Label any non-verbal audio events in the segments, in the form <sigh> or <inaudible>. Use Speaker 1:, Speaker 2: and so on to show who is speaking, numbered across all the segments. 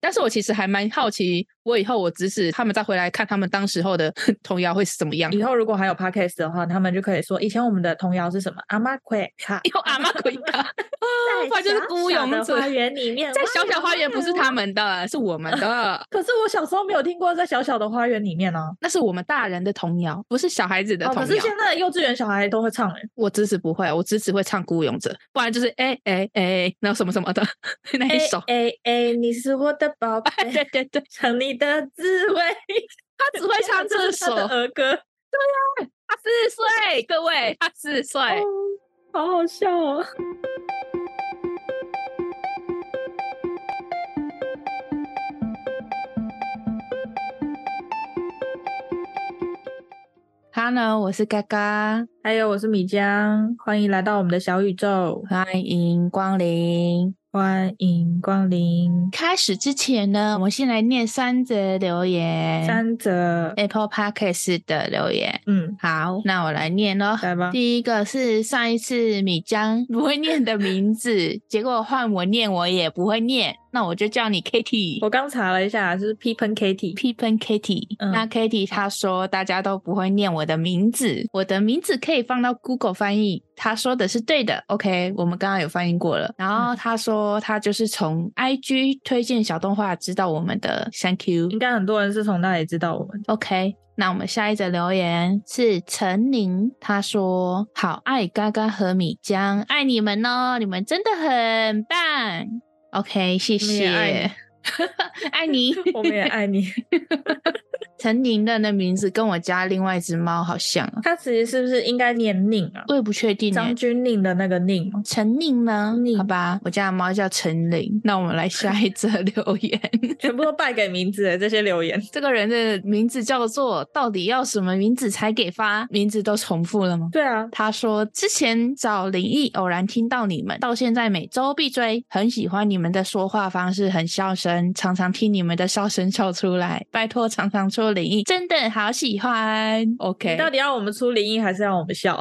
Speaker 1: 但是我其实还蛮好奇，我以后我侄子他们再回来看他们当时候的 <laughs> 童谣会是怎么样。
Speaker 2: 以后如果还有 podcast 的话，他们就可以说以前我们的童谣是什么？阿妈奎
Speaker 1: <laughs>
Speaker 2: 卡，
Speaker 1: 以后阿妈
Speaker 2: <laughs>
Speaker 1: 可以打，
Speaker 2: 在
Speaker 1: 或者就是
Speaker 2: 小
Speaker 1: 孤
Speaker 2: 小
Speaker 1: 勇
Speaker 2: 的
Speaker 1: 者
Speaker 2: 花园里面，
Speaker 1: 在
Speaker 2: 哇
Speaker 1: 小小花园不是他们的，是我们的，
Speaker 2: 可是我小时候没有听过在小小的花园里面哦。
Speaker 1: 那是我们大人的童谣，不是小孩子的
Speaker 2: 哦，
Speaker 1: 童
Speaker 2: 可是
Speaker 1: 谣。
Speaker 2: 现在幼稚园小孩都会唱哎、
Speaker 1: 我侄子不会，我侄子会唱《孤勇者》，不然就是哎哎哎，然后什么什么的 <laughs> 那 <laughs> 一首。
Speaker 2: 哎哎哎，你是我的宝贝，
Speaker 1: <laughs> 对对对，
Speaker 2: 想你的滋味。
Speaker 1: 他 <laughs> 只会唱这
Speaker 2: 是 <laughs> 他
Speaker 1: 首。
Speaker 2: 的儿歌，
Speaker 1: 他四岁，各位，他四岁。
Speaker 2: 哦好好笑哦。
Speaker 1: 他呢？我是嘎嘎，
Speaker 2: 还有，我是米江，欢迎来到我们的小宇宙，
Speaker 1: 欢迎光临。
Speaker 2: 欢迎光临。
Speaker 1: 开始之前呢，我们先来念三则留言
Speaker 2: 三则，
Speaker 1: Apple Podcast 的留言。
Speaker 2: 嗯，
Speaker 1: 好，那我来念喽。
Speaker 2: 来吧。
Speaker 1: 第一个是上一次米江 <laughs> 不会念的名字，结果换我念，我也不会念，那我就叫你 Kitty。
Speaker 2: 我刚查了一下，是 P 喷 Kitty。
Speaker 1: p i p e n Kitty，、
Speaker 2: 嗯
Speaker 1: 那 Kitty 她说大家都不会念我的名字，我的名字可以放到 Google 翻译，她说的是对的。OK，我们刚刚有翻译过了。然
Speaker 2: 嗯
Speaker 1: 后她说她就是从 IG 推荐小动画知道我们的，Thank you
Speaker 2: 应。该很多人是从那里知道我们的。
Speaker 1: OK，那我们下一则留言是陈宁，她说好爱嘎嘎和米江，爱你们哦，你们真的很棒。OK，谢
Speaker 2: 我们
Speaker 1: 谢，
Speaker 2: 也爱
Speaker 1: <laughs> 爱你。
Speaker 2: <laughs> 我们也爱 <laughs> 你。
Speaker 1: 陈宁的那名字跟我家另外一只猫好像啊，
Speaker 2: 他其实是不是应该念宁啊？
Speaker 1: 我也不确定、欸
Speaker 2: 张。钧甯的那个宁吗？
Speaker 1: 陈宁呢？
Speaker 2: 宁
Speaker 1: 好吧，我家的猫叫陈宁。那我们来下一则留言，
Speaker 2: <laughs>
Speaker 1: <laughs>
Speaker 2: 全部都败给名字欸这些留言。
Speaker 1: 这个人的名字叫做到底要什么名字才给发？名字都重复了吗？
Speaker 2: 对啊，
Speaker 1: 他说：“之前找灵异，偶然听到你们，到现在每周必追，很喜欢你们的说话方式，很笑声，常常听你们的笑声笑出来。拜托，常常说灵异，真的好喜欢。
Speaker 2: 你
Speaker 1: OK，
Speaker 2: 到底要我们出灵异，还是让我们 <laughs> 笑？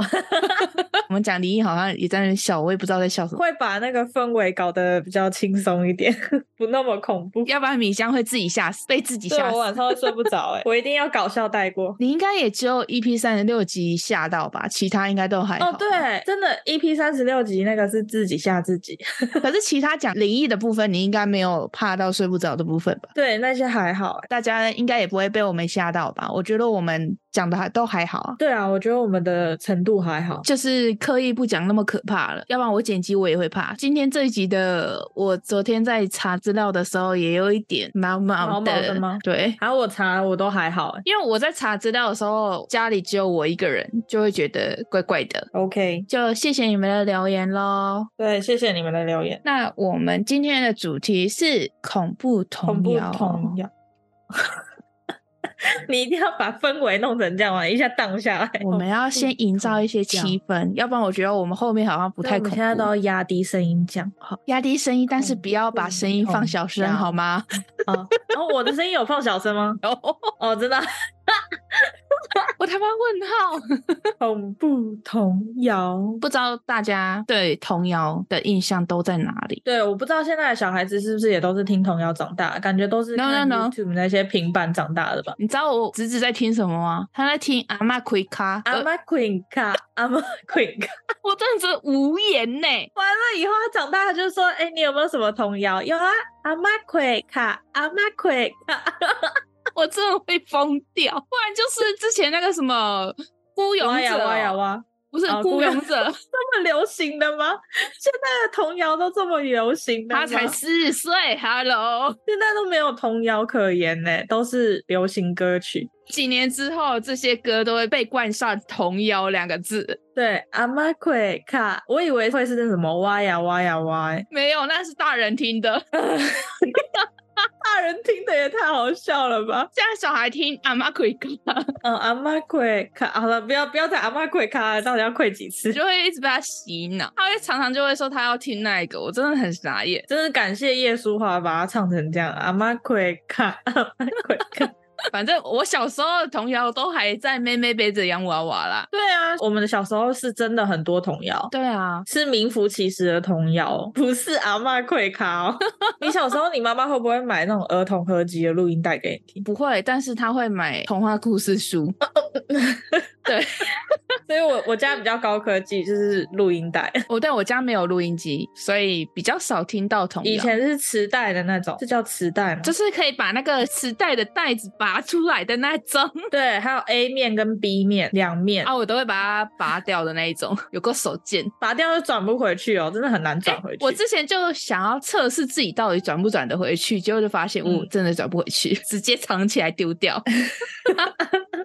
Speaker 1: 我们讲灵异好像也在那边笑，我也不知道在笑什么。
Speaker 2: 会把那个氛围搞得比较轻松一点， <laughs> 不那么恐怖。
Speaker 1: 要不然米香会自己吓死，被自己
Speaker 2: 对
Speaker 1: 吓
Speaker 2: 我晚
Speaker 1: 死。
Speaker 2: 上会睡不着哎、 <laughs> 我一定要搞笑带过。
Speaker 1: 你应该也只有 EP 三十六集吓到吧，其他应该都还好。
Speaker 2: <laughs> 哦，，对，真的，EP 三十六集那个是自己吓自己， <laughs>
Speaker 1: 可是其他讲灵异的部分，你应该没有怕到睡不着的部分吧？
Speaker 2: 对，那些还好哎、
Speaker 1: 大家应该也不会被我们吓到吧？我觉得我们讲的还都还好啊。
Speaker 2: 对啊，我觉得我们的程度还好。
Speaker 1: 就是刻意不讲那么可怕了，要不然我剪辑我也会怕。今天这一集的，我昨天在查资料的时候也有一点毛毛
Speaker 2: 毛毛的吗
Speaker 1: 对，
Speaker 2: 然后我查我都还好哎、
Speaker 1: 因为我在查资料的时候，家里只有我一个人，就会觉得怪怪的。
Speaker 2: OK，
Speaker 1: 就谢谢你们的留言喽。
Speaker 2: 对，谢谢你们的留言。
Speaker 1: 那我们今天的主题是恐怖哦
Speaker 2: 恐
Speaker 1: 童
Speaker 2: 怖
Speaker 1: 谣。
Speaker 2: 童谣。 <laughs> 你一定要把氛围弄成这样嘛，啊一下荡下来。哦
Speaker 1: 我们要先营造一些气氛，要不然我觉得我们后面好像不
Speaker 2: 不
Speaker 1: 太恐怖。
Speaker 2: 现在都要压低声音讲。好，
Speaker 1: 压低声音，但是
Speaker 2: 恐
Speaker 1: 不要把
Speaker 2: 怖
Speaker 1: 声音放
Speaker 2: 童
Speaker 1: 小声，
Speaker 2: 谣
Speaker 1: 好
Speaker 2: <laughs>
Speaker 1: 吗？
Speaker 2: 哦，哦，我的声音有放小
Speaker 1: <laughs>
Speaker 2: 声吗？
Speaker 1: 有，
Speaker 2: 哦，真的。
Speaker 1: 我他妈问号。
Speaker 2: 恐怖童谣。
Speaker 1: <laughs> 不知道大家对童谣的印象都在哪里？
Speaker 2: 对，我不知道现在的小孩子是不是也都是听童谣长大，感觉都是
Speaker 1: No,
Speaker 2: 看
Speaker 1: no, no.
Speaker 2: YouTube 那些平板长大的吧。
Speaker 1: 你知道我侄子在听什么吗？他在听阿妈奎卡，
Speaker 2: 阿
Speaker 1: 呃
Speaker 2: 妈 Queen 卡，阿妈 <laughs> Queen 卡，
Speaker 1: 我真的是无言呢。
Speaker 2: 完了以后他长大，他就说：“哎、你有没有什么童谣？有啊，阿妈 Queen 卡，阿妈 Queen 卡，
Speaker 1: 我真的会疯掉。不然就是之前那个什么孤勇
Speaker 2: 哇呀
Speaker 1: 者
Speaker 2: 哇呀
Speaker 1: 哦，
Speaker 2: 哇，
Speaker 1: 不是
Speaker 2: 哦
Speaker 1: 孤
Speaker 2: 孤
Speaker 1: 勇
Speaker 2: 勇
Speaker 1: 者，
Speaker 2: 这么流行的吗？ <laughs> 现在的童谣都这么流行的吗？
Speaker 1: 他
Speaker 2: <laughs>
Speaker 1: 才四岁。Hello，
Speaker 2: 现在都没有童谣可言呢，都是流行歌曲。”
Speaker 1: 几年之后，这些歌都会被冠上“童谣”两个字。
Speaker 2: 对，阿妈奎卡，我以为会是那什么挖呀挖呀挖欸，
Speaker 1: 没有，那是大人听的。
Speaker 2: 大人听的也太好笑了吧？
Speaker 1: 现在小孩听阿妈奎卡，
Speaker 2: 嗯，阿妈奎卡，好了，不要不要再阿妈奎卡了，到底要跪几次？ <laughs>
Speaker 1: 就会一直被他洗脑。他会常常就会说他要听那一个，我真的很傻眼。
Speaker 2: 真是感谢叶舒华把它唱成这样，阿妈奎卡，阿妈奎卡， <laughs>
Speaker 1: 反正我小时候的童谣都还在妹妹背着洋娃娃啦。
Speaker 2: 对啊，我们的小时候是真的很多童谣，
Speaker 1: 对啊，
Speaker 2: 是名副其实的童谣，不是阿嬷跪卡哦。你小时候，你妈妈会不会买那种儿童合集的录音带给你听？ <laughs>
Speaker 1: 不会，但是他会买童话故事书。对，
Speaker 2: 所以我我家比较高科技，就是录音带。
Speaker 1: 我对哦我家没有录音机，所以比较少听到童谣。
Speaker 2: 以前是磁带的那种，这叫磁带吗？
Speaker 1: 就是可以把那个磁带的袋子拔出来的那种 <laughs>
Speaker 2: 对，还有 A 面跟 B 面两面，
Speaker 1: 啊，我都会把它拔掉的那一种，有个手
Speaker 2: <laughs>
Speaker 1: 贱。
Speaker 2: 拔掉就转不回去哦，真的很难转回去。
Speaker 1: 我之前就想要测试自己到底转不转得回去，结果就发现，
Speaker 2: 嗯
Speaker 1: 我、真的转不回
Speaker 2: <laughs>
Speaker 1: 去，直接藏起来丢掉。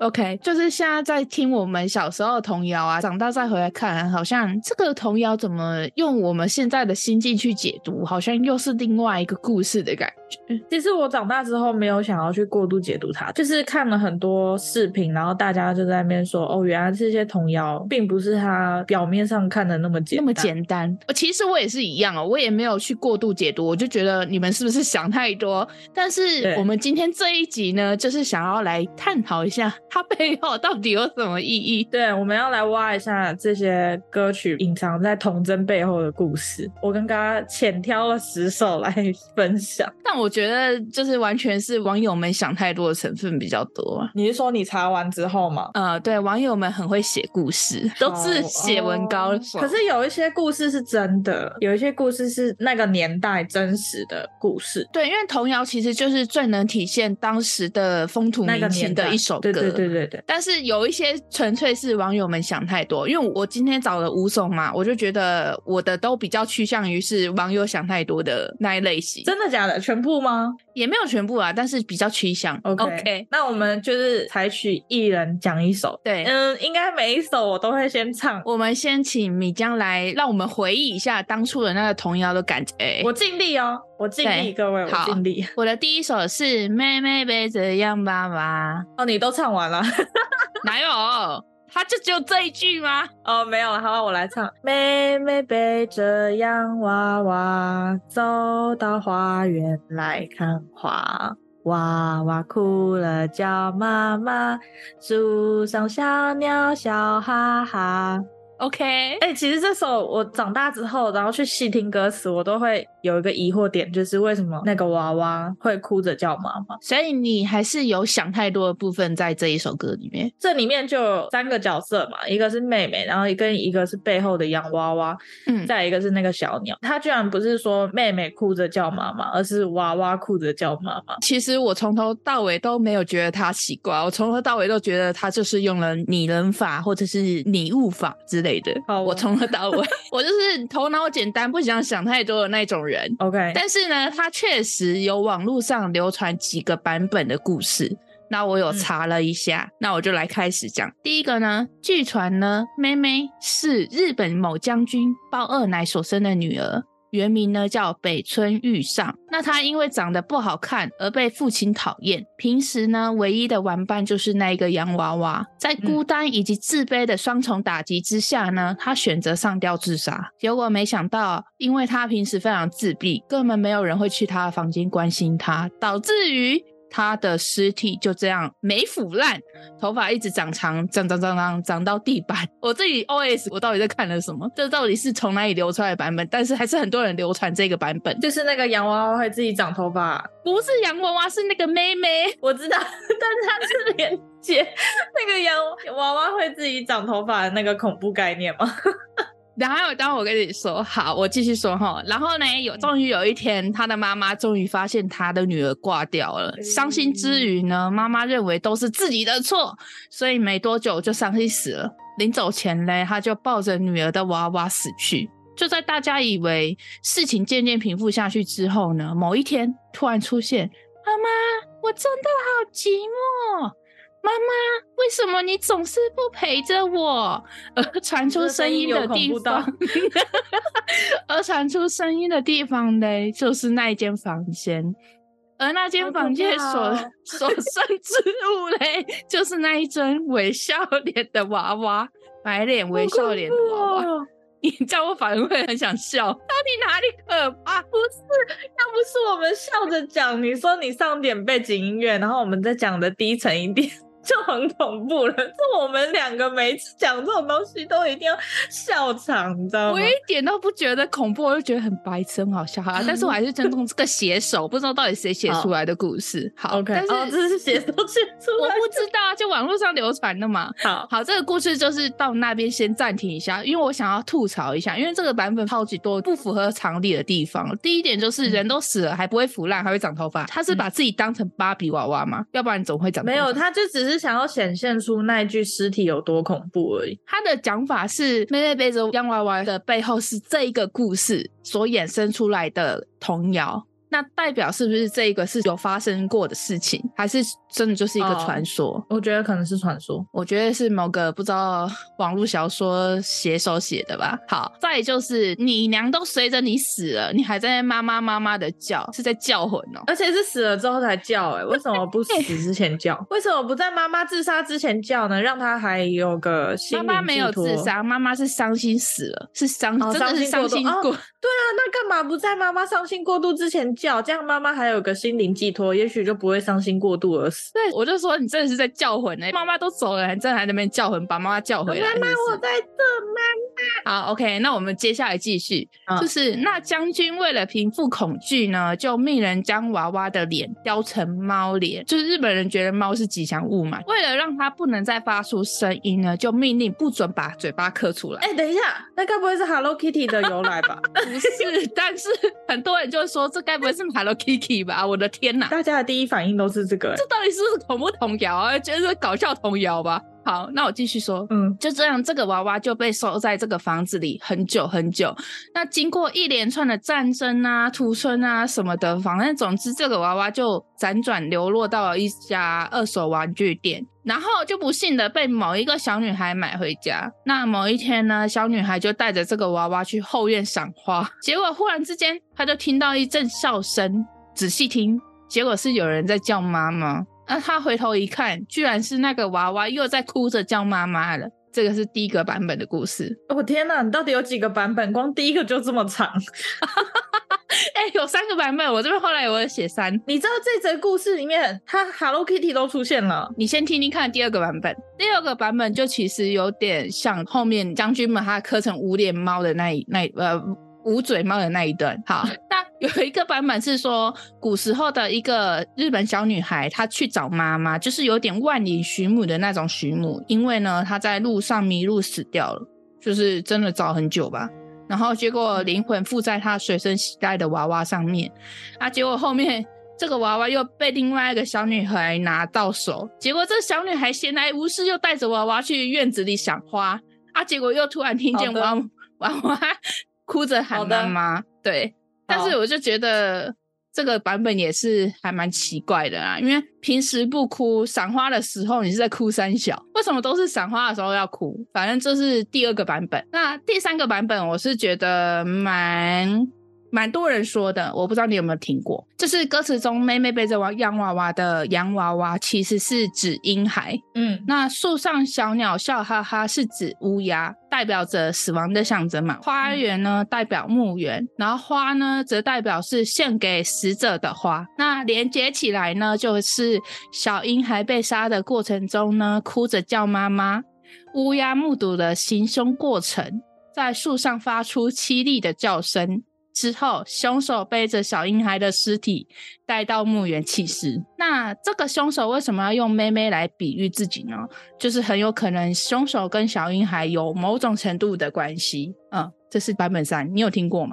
Speaker 1: OK，就是现在在听我们小时候的童谣啊，长大再回来看，好像这个童谣怎么用我们现在的心境去解读，好像又是另外一个故事的感觉。
Speaker 2: 其实我长大之后没有想要去过度解读它，就是看了很多视频，然后大家就在那边说，哦，原来这些童谣并不是它表面上看的那么简
Speaker 1: 那
Speaker 2: 单，
Speaker 1: 么简单。呃其实我也是一样哦，我也没有去过度解读，我就觉得你们是不是想太多？但是
Speaker 2: 对
Speaker 1: 我们今天这一集呢，就是想要来探讨一下它背后到底有什么意义。
Speaker 2: 对，我们要来挖一下这些歌曲隐藏在童真背后的故事。我跟大家浅挑了十首来分享。
Speaker 1: 但我觉得就是完全是网友们想太多的成分比较多啊。
Speaker 2: 你是说你查完之后吗？
Speaker 1: 呃，对，网友们很会写故事，都是写文高手。
Speaker 2: 哦可是有一些故事是真的，有一些故事是那个年代真实的故事。
Speaker 1: 对，因为童谣其实就是最能体现当时的风土
Speaker 2: 那
Speaker 1: 民
Speaker 2: 个年
Speaker 1: 情
Speaker 2: 代
Speaker 1: 的一首歌。
Speaker 2: 对对对对对，
Speaker 1: 但是有一些纯粹是网友们想太多，因为我今天找了五首嘛，我就觉得我的都比较趋向于是网友想太多的那一类型，
Speaker 2: 真的假的？全部吗
Speaker 1: 也没有全部啊，但是比较趋向。
Speaker 2: ？OK，, 那我们就是采取一人讲一首。
Speaker 1: 对
Speaker 2: 嗯，应该每一首我都会先唱，
Speaker 1: 我们先请米江来，让我们回忆一下当初的那个童谣的感觉。
Speaker 2: 我尽力哦，我尽
Speaker 1: 对
Speaker 2: 力，各位，我
Speaker 1: 好
Speaker 2: 尽力。
Speaker 1: 我的第一首是《妹妹别这样爸爸》，
Speaker 2: 哦，你都唱完了。 <laughs>
Speaker 1: 哪有？他就只有这一句吗？
Speaker 2: 哦，没有了，好，我来唱。妹妹背着洋娃娃走到花园来看花，娃娃哭了叫妈妈，树上小鸟笑哈哈。
Speaker 1: OK，
Speaker 2: 哎、其实这首我长大之后，然后去细听歌词，我都会有一个疑惑点，就是为什么那个娃娃会哭着叫妈妈？
Speaker 1: 所以你还是有想太多的部分在这一首歌里面。
Speaker 2: 这里面就有三个角色嘛，一个是妹妹，然后跟一个是背后的洋娃娃，
Speaker 1: 嗯，
Speaker 2: 再一个是那个小鸟，它居然不是说妹妹哭着叫妈妈，而是娃娃哭着叫妈妈。
Speaker 1: 其实我从头到尾都没有觉得他奇怪，我从头到尾都觉得他就是用了拟人法或者是拟物法之类的。
Speaker 2: 好哦
Speaker 1: 我从头到尾 <laughs> 我就是头脑简单，不想想太多的那种人。
Speaker 2: OK，
Speaker 1: 但是呢，他确实有网络上流传几个版本的故事。那我有
Speaker 2: 嗯
Speaker 1: 查了一下，那我就来开始讲。第一个呢，据传呢，妹妹是日本某将军包二奶所生的女儿，原名呢叫北村玉上。那她因为长得不好看而被父亲讨厌，平时呢唯一的玩伴就是那一个洋娃娃。在孤单以及自卑的双重打击之下呢，她选择上吊自杀。结果没想到，因为她平时非常自闭，根本没有人会去她的房间关心她，导致于。她的尸体就这样没腐烂，头发一直长长，长长长长长到地板。 <laughs> 我自己 OS，我到底在看了什么？这到底是从哪里流出来的版本？但是还是很多人流传这个版本，
Speaker 2: 就是那个洋娃娃会自己长头发，啊
Speaker 1: 不是洋娃娃，是那个妹妹。
Speaker 2: 我知道， <laughs> 但是它是连接那个洋娃娃会自己长头发的那个恐怖概念吗？
Speaker 1: 然后，当我跟你说好，我继续说哈。然后呢，有终于有一天，她的妈妈终于发现她的女儿挂掉了。伤心之余呢，妈妈认为都是自己的错，所以没多久就伤心死了。临走前嘞，她就抱着女儿的娃娃死去。就在大家以为事情渐渐平复下去之后呢，某一天突然出现，妈妈，我真的好寂寞。妈妈，为什么你总是不陪着我？而传
Speaker 2: <laughs>
Speaker 1: 出声音的地方，而传出声音的地方嘞，就是那一间房间。而那间房间所、
Speaker 2: 好可怕哦
Speaker 1: 所剩之物嘞，就是那一尊微笑脸的娃娃，白脸微笑脸的娃娃。
Speaker 2: 好恐怖哦
Speaker 1: 你叫我反而会很想笑，到底哪里可怕？
Speaker 2: 不是，要不是我们笑着讲，你说你上点背景音乐，然后我们再讲的低沉一点，就很恐怖了。这我们两个每次讲这种东西都一定要笑场，你知道
Speaker 1: 我
Speaker 2: 吗
Speaker 1: 一？点都不觉得恐怖，我就觉得很白痴，很好笑
Speaker 2: <laughs>
Speaker 1: 哈。但是我还是尊重这个写手，不知道到底谁写出来的故
Speaker 2: <laughs>
Speaker 1: 事。好
Speaker 2: OK，
Speaker 1: 但是、
Speaker 2: 哦，这是写 <laughs> 手写出
Speaker 1: 我
Speaker 2: 来
Speaker 1: 不知道啊，就网络上流传的嘛。
Speaker 2: 的。好，
Speaker 1: 好，这个故事就是到那边先暂停一下，因为我想要吐槽一下，因为这个版本超级多不符合常理的地方。第一点就是
Speaker 2: 嗯
Speaker 1: 人都死了还不会腐烂，还会长头发，他是把自己当成芭比娃娃吗？要不然总会长头发
Speaker 2: 没有，他就只是想要显现出那一具尸体有多恐怖而已。
Speaker 1: 他的讲法是《妹妹背着洋娃娃》的背后是这一个故事所衍生出来的童谣。那代表是不是这一个是有发生过的事情，还是真的就是一个
Speaker 2: 哦
Speaker 1: 传说
Speaker 2: 我觉得可能是传说。
Speaker 1: 我觉得是某个不知道网络小说写手写的吧。好，再就是你娘都随着你死了，你还在那妈妈妈妈的叫，是在叫魂哦。
Speaker 2: 而且是死了之后才叫、欸，哎，为什么不死之前叫？ <laughs> 为什么不在妈妈自杀之前叫呢？让她还有个心
Speaker 1: 妈
Speaker 2: 灵
Speaker 1: 妈没有
Speaker 2: 寄托
Speaker 1: 自，伤，妈妈是伤心死了，是伤，
Speaker 2: 哦
Speaker 1: 真的是伤
Speaker 2: 伤
Speaker 1: 心
Speaker 2: 心
Speaker 1: 过。
Speaker 2: 过度对啊，那干嘛不在妈妈伤心过度之前叫？这样妈妈还有个心灵寄托，也许就不会伤心过度而死。
Speaker 1: 对，我就说你真的是在叫魂欸呢、妈妈都走了，还真的还在那边叫魂，把妈妈叫
Speaker 2: 妈
Speaker 1: 回来。
Speaker 2: 啊妈
Speaker 1: 是不是，
Speaker 2: 我在这
Speaker 1: 好，OK，那我们接下来继续，
Speaker 2: 嗯
Speaker 1: 就是那将军为了平复恐惧呢，就命人将娃娃的脸雕成猫脸，就是日本人觉得猫是吉祥物嘛，为了让它不能再发出声音呢，就命令不准把嘴巴刻出来。 <laughs>
Speaker 2: 妈。哎、等一下，那该不会是 Hello Kitty 的由来 <laughs> 吧？
Speaker 1: 不是，但是很多人就会说这该不会是 Hello Kitty 吧？我的天哪，
Speaker 2: 大家的第一反应都是这个、欸
Speaker 1: 这。到底是不是恐怖童谣啊？觉得是搞笑童谣吧？好，那我继续说，
Speaker 2: 嗯，
Speaker 1: 就这样，这个娃娃就被收在这个房子里很久很久。那经过一连串的战争啊、屠村啊什么的，反正总之，这个娃娃就辗转流落到了一家二手玩具店，然后就不幸的被某一个小女孩买回家。那某一天呢，小女孩就带着这个娃娃去后院赏花，结果忽然之间，她就听到一阵笑声，仔细听，结果是有人在叫妈妈。那他回头一看，居然是那个娃娃又在哭着叫妈妈了。这个是第一个版本的故事。 <laughs>
Speaker 2: 我、哦天哪，你到底有几个版本？光第一个就这么长。
Speaker 1: 哎、有三个版本，我这边后来我有写三。
Speaker 2: 你知道这则故事里面，它 Hello Kitty 都出现了。
Speaker 1: 你先听听看第二个版本。第二个版本就其实有点像后面将军们他刻成无脸猫的那一那一呃无嘴猫的那一段。好，
Speaker 2: <laughs>
Speaker 1: 那有一个版本是说，古时候的一个日本小女孩，她去找妈妈，就是有点万里寻母的那种寻母，因为呢她在路上迷路死掉了，就是真的找很久吧。然后结果
Speaker 2: 嗯
Speaker 1: 灵魂附在她随身携带的娃娃上面，啊，结果后面这个娃娃又被另外一个小女孩拿到手，结果这小女孩闲来无事又带着娃娃去院子里赏花，啊，结果又突然听见
Speaker 2: 好的
Speaker 1: 娃 <laughs> 娃娃哭着
Speaker 2: 好
Speaker 1: 喊
Speaker 2: 的
Speaker 1: 妈妈，对，但是
Speaker 2: 好
Speaker 1: 我就觉得这个版本也是还蛮奇怪的啊啦，因为平时不哭，赏花的时候你是在哭三小，为什么都是赏花的时候要哭？反正这是第二个版本。那第三个版本，我是觉得蛮。蛮多人说的，我不知道你有没有听过，就是歌词中妹妹背着娃洋娃娃的洋娃娃，其实是指婴孩，
Speaker 2: 嗯，
Speaker 1: 那树上小鸟笑哈哈是指乌鸦，代表着死亡的象征嘛。花园呢代表墓园，然后花呢则代表是献给死者的花。那连接起来呢，就是小婴孩被杀的过程中呢，哭着叫妈妈，乌鸦目睹了行凶过程，在树上发出凄厉的叫声。之后，凶手背着小婴孩的尸体带到墓园弃尸。那这个凶手为什么要用妹妹来比喻自己呢？就是很有可能凶手跟小婴孩有某种程度的关系。嗯，这是版本三，你有听过吗？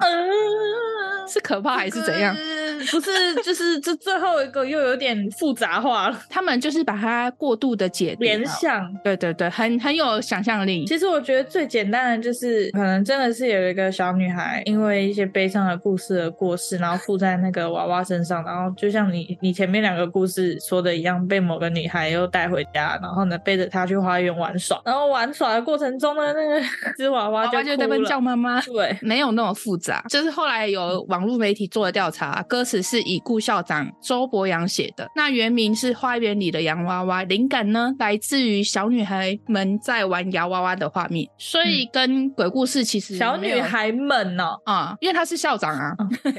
Speaker 2: 呃
Speaker 1: 是可怕还是怎样？？
Speaker 2: 不是，就是这最后一个又有点复杂化了，
Speaker 1: 他们就是把它过度的解读了
Speaker 2: 联想。
Speaker 1: 对对对，很很有想象力。
Speaker 2: 其实我觉得最简单的就是，可能真的是有一个小女孩因为一些悲伤的故事而过世，然后附在那个娃娃身上，然后就像你你前面两个故事说的一样，被某个女孩又带回家，然后呢背着她去花园玩耍，然后玩耍的过程中呢，那个 <laughs> 只娃娃
Speaker 1: 娃
Speaker 2: 就
Speaker 1: 娃
Speaker 2: 哭
Speaker 1: 就在那边
Speaker 2: 了
Speaker 1: 叫妈妈。
Speaker 2: 对，嗯
Speaker 1: 没有那么复杂，就是后来有网络媒体做的调查，歌词是已故校长周伯阳写的，那原名是《花园里的洋娃娃》，灵感呢来自于小女孩们在玩洋娃娃的画面，所以跟鬼故事其实
Speaker 2: 嗯 <laughs> 小
Speaker 1: 嗯没有
Speaker 2: 女孩哦们哦，
Speaker 1: 啊、因为他是校长啊。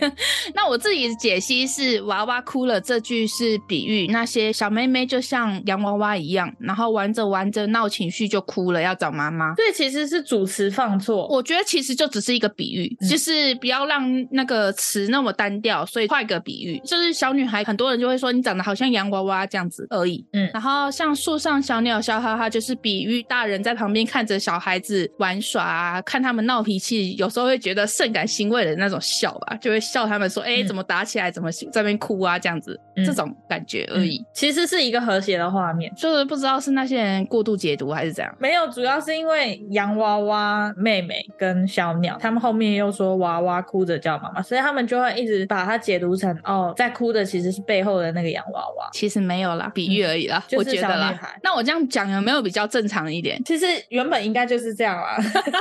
Speaker 1: <laughs> 那我自己的解析是“娃娃哭了”这句是比喻那些小妹妹就像洋娃娃一样，然后玩着玩着闹情绪就哭了，要找妈妈。
Speaker 2: 所以其实是主词放错。
Speaker 1: 我觉得其实就只是一个比喻，
Speaker 2: 嗯
Speaker 1: 就是不要让那个词那么单调，所以换个比喻，就是小女孩，很多人就会说你长得好像洋娃娃这样子而已。
Speaker 2: 嗯
Speaker 1: 然后像树上小鸟笑哈哈，就是比喻大人在旁边看着小孩子玩耍啊，看他们闹脾气，有时候会觉得甚感欣慰的那种笑吧，就会笑他们说，哎、
Speaker 2: 嗯
Speaker 1: 怎么打起来，怎么在那边哭啊，这样子，
Speaker 2: 嗯
Speaker 1: 这种感觉而已。
Speaker 2: 其实是一个和谐的画面，
Speaker 1: 就是不知道是那些人过度解读还是怎样。
Speaker 2: 没有，主要是因为洋娃娃妹妹跟小鸟，他们后面又说娃娃哭着叫妈妈，所以他们就会一直把它解读成哦，在哭的其实是背后的那个洋娃娃。
Speaker 1: 其实没有啦，比喻而已啦，
Speaker 2: 嗯就
Speaker 1: 我
Speaker 2: 是
Speaker 1: 觉得
Speaker 2: 小女
Speaker 1: 啦
Speaker 2: 孩。
Speaker 1: 那我这样讲有没有比较正常一点？啊
Speaker 2: 其实原本应该就是这样啊 <laughs> 啦，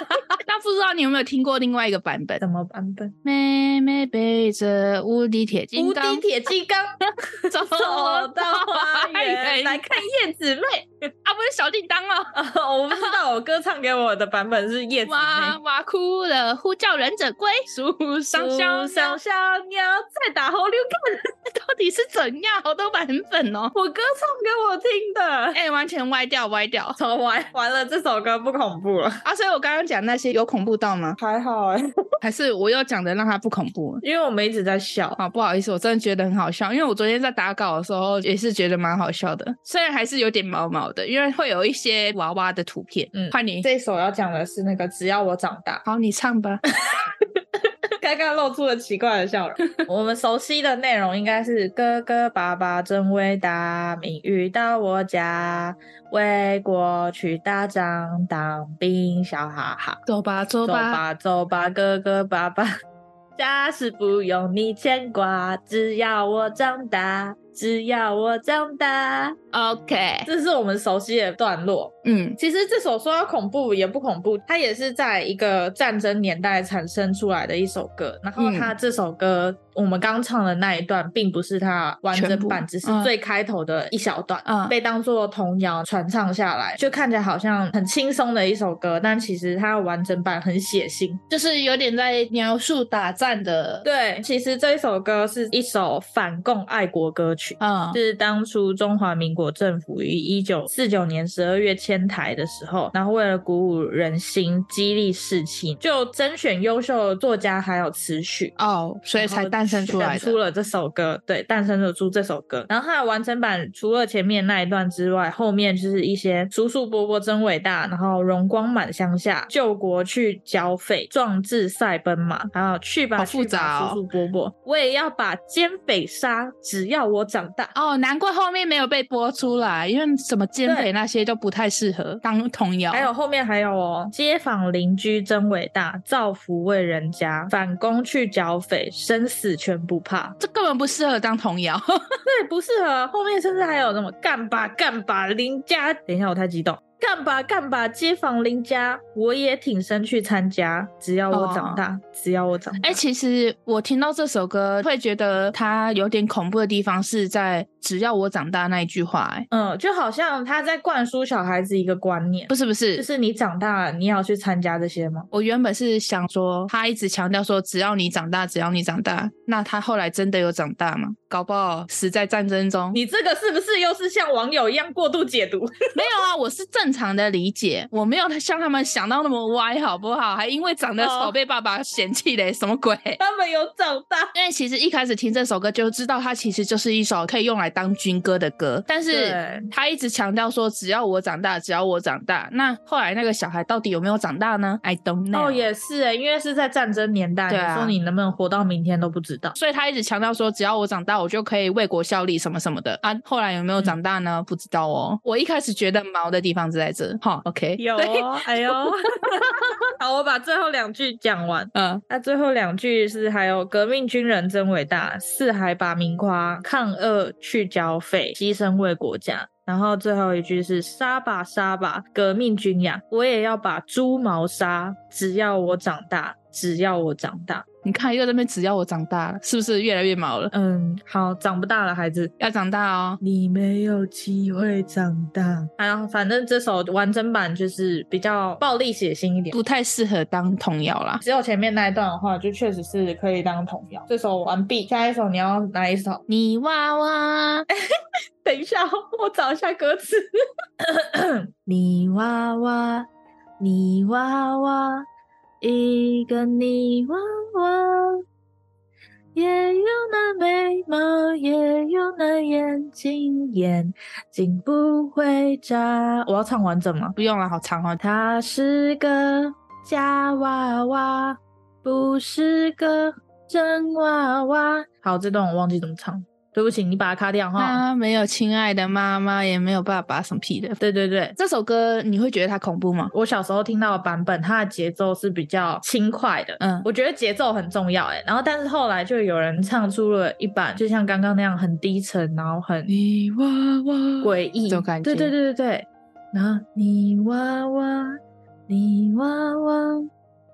Speaker 1: 那不知道你有没有听过另外一个版本？
Speaker 2: 什么版本？
Speaker 1: 妹妹背着无敌铁金
Speaker 2: 无
Speaker 1: 刚
Speaker 2: 敌铁金刚
Speaker 1: 走
Speaker 2: 走到花园来
Speaker 1: 啊，
Speaker 2: 看叶子妹。
Speaker 1: 不是小叮当哦，
Speaker 2: 啊我不知道，我哥唱给我的版本是叶子
Speaker 1: 哇
Speaker 2: 妹。
Speaker 1: 哇哭了，呼叫忍者龟，树上小
Speaker 2: 小
Speaker 1: 鸟，
Speaker 2: 小鸟在打红绿灯，
Speaker 1: 到底是怎样？好多版本哦，
Speaker 2: 我哥唱给我听的。
Speaker 1: 哎、完全歪掉歪掉
Speaker 2: 怎么玩完了？这首歌不恐怖了，
Speaker 1: 啊！所以我刚刚讲那些有恐怖到吗？
Speaker 2: 还好哎、
Speaker 1: 还是我又讲的让它不恐怖？
Speaker 2: 因为我们一直在笑。
Speaker 1: 啊，不好意思，我真的觉得很好笑，因为我昨天在打稿的时候也是觉得蛮好笑的，虽然还是有点毛毛的，因为会有一些娃娃的图片。
Speaker 2: 嗯
Speaker 1: 换你，
Speaker 2: 这一首要讲的是那个“只要我长
Speaker 1: <laughs>
Speaker 2: 大
Speaker 1: 好，你唱吧。”，
Speaker 2: 刚刚露出了奇怪的笑容。我们熟悉的内容应该是“哥哥爸爸真伟大，命运到我家，为国去打仗当兵，笑哈哈”。
Speaker 1: 走吧，走
Speaker 2: 走
Speaker 1: 吧，
Speaker 2: 吧，走吧，哥哥爸爸，家事不用你牵挂，只要我长大，只要我长大。
Speaker 1: OK，
Speaker 2: 这是我们熟悉的段落。
Speaker 1: 嗯，
Speaker 2: 其实这首说要恐怖也不恐怖，它也是在一个战争年代产生出来的一首歌。然后
Speaker 1: 嗯
Speaker 2: 它这首歌、我们刚唱的那一段，并不是它完整版，
Speaker 1: 全部
Speaker 2: 只是
Speaker 1: 嗯
Speaker 2: 最开头的一小段，
Speaker 1: 嗯
Speaker 2: 被当做童谣传唱下来，就看起来好像很轻松的一首歌，但其实它的完整版很血腥。
Speaker 1: 就是有点在描述打战的，，
Speaker 2: 对，其实这一首歌是一首反共爱国歌曲。
Speaker 1: 嗯，
Speaker 2: 是当初中华民国政府于一九四九年十二月迁台的时候，然后为了鼓舞人心、激励士气，就甄选优秀的作家还有词曲。
Speaker 1: 哦，所以才诞生出来
Speaker 2: 选出
Speaker 1: 的。
Speaker 2: 了这首歌，对，诞生了出这首歌。然后它的完整版除了前面那一段之外，后面就是一些叔叔伯伯真伟大，然后荣光满乡下，救国去剿匪，壮志赛奔马，还有去吧，
Speaker 1: 好复杂
Speaker 2: 去吧
Speaker 1: 哦
Speaker 2: 叔叔伯伯，我也要把奸匪杀，只要我长大。
Speaker 1: 哦，难怪后面没有被播出来，因为什么奸
Speaker 2: 对
Speaker 1: 匪那些都不太适合当童谣。
Speaker 2: 还有后面还有哦，街坊邻居真伟大，造福为人家，反攻去剿匪，生死全不怕。
Speaker 1: 这根本不适合当童
Speaker 2: <laughs>
Speaker 1: 谣。
Speaker 2: 对，不适合。后面甚至还有什么干吧干吧邻家，等一下我太激动，干吧干吧街坊邻家，我也挺身去参加，只要我长大，只要我长大。
Speaker 1: 哎、其实我听到这首歌，会觉得它有点恐怖的地方是在“只要我长大”那一句话、哎，
Speaker 2: 嗯，就好像他在灌输小孩子一个观念
Speaker 1: 不，是不，
Speaker 2: 就是是你长大了，你也要去参加这些吗？
Speaker 1: 我原本是想说，他一直强调说“只要你长大，只要你长大”，那他后来真的有长大吗？搞不好死在战争中。
Speaker 2: 你这个是不是又是像网友一样过度解读？ <laughs>
Speaker 1: 没有啊，我是正常的理解，我没有像他们想到那么歪，好不好？还因为长得
Speaker 2: 哦
Speaker 1: 丑被爸爸嫌弃嘞，什么鬼？ <laughs>
Speaker 2: 他们有长大。
Speaker 1: 因为其实一开始听这首歌就知道，它其实就是一首可以用来当军歌的歌，但
Speaker 2: 对
Speaker 1: 是他一直强调说只要我长大，只要我长大。那后来那个小孩到底有没有长大呢？I don't know。
Speaker 2: 哦，也是哎，因为是在战争年代，
Speaker 1: 对啊
Speaker 2: 你说你能不能活到明天都不知道。
Speaker 1: 所以他一直强调说，只要我长大，我就可以为国效力什么什么的啊。后来有没有长大呢？不知道哦。我一开始觉得毛的地方是在这， <laughs> 哈，OK，
Speaker 2: 有
Speaker 1: 对
Speaker 2: 哦，哎呦， <laughs> 好，我把最后两句讲完。
Speaker 1: 嗯，
Speaker 2: 那啊最后两句是还有革命军人真伟大，四海把民夸，抗恶去剿匪，牺牲为国家。然后最后一句是杀吧杀吧，革命军呀，我也要把猪毛杀，只要我长大，只要我长大。
Speaker 1: 你看又在那边只要我长大了，是不是越来越毛了？
Speaker 2: 嗯，好，长不大了，孩子。
Speaker 1: 要长大哦。
Speaker 2: 你没有机会长大。然后，啊反正这首完整版就是比较暴力血腥一点，
Speaker 1: 不太适合当童谣啦。
Speaker 2: 只有前面那一段的话，就确实是可以当童谣。这首完毕，下一首你要哪一首？
Speaker 1: 泥娃娃，
Speaker 2: 等一下， <laughs> 我找一下歌 <coughs> 词。泥娃娃，泥娃娃，一个泥娃娃，也有那眉毛，也有那眼睛，眼睛不会眨。我要唱完整吗？
Speaker 1: <laughs> 不用了，好长哦。
Speaker 2: 他是个假娃娃，不是个真娃娃。好，这段我忘记怎么唱，对不起，你把它卡掉哈。
Speaker 1: 啊他没有亲爱的妈妈，也没有爸爸，什么屁的。
Speaker 2: 对对对，
Speaker 1: 这首歌你会觉得它恐怖吗？
Speaker 2: 我小时候听到的版本，它的节奏是比较轻快的，
Speaker 1: 嗯
Speaker 2: 我觉得节奏很重要哎、然后，但是后来就有人唱出了一版，就像刚刚那样很低沉，然后很
Speaker 1: 泥娃娃，
Speaker 2: 诡异
Speaker 1: 这种感觉
Speaker 2: 对对对对对。然后泥娃娃，泥娃娃，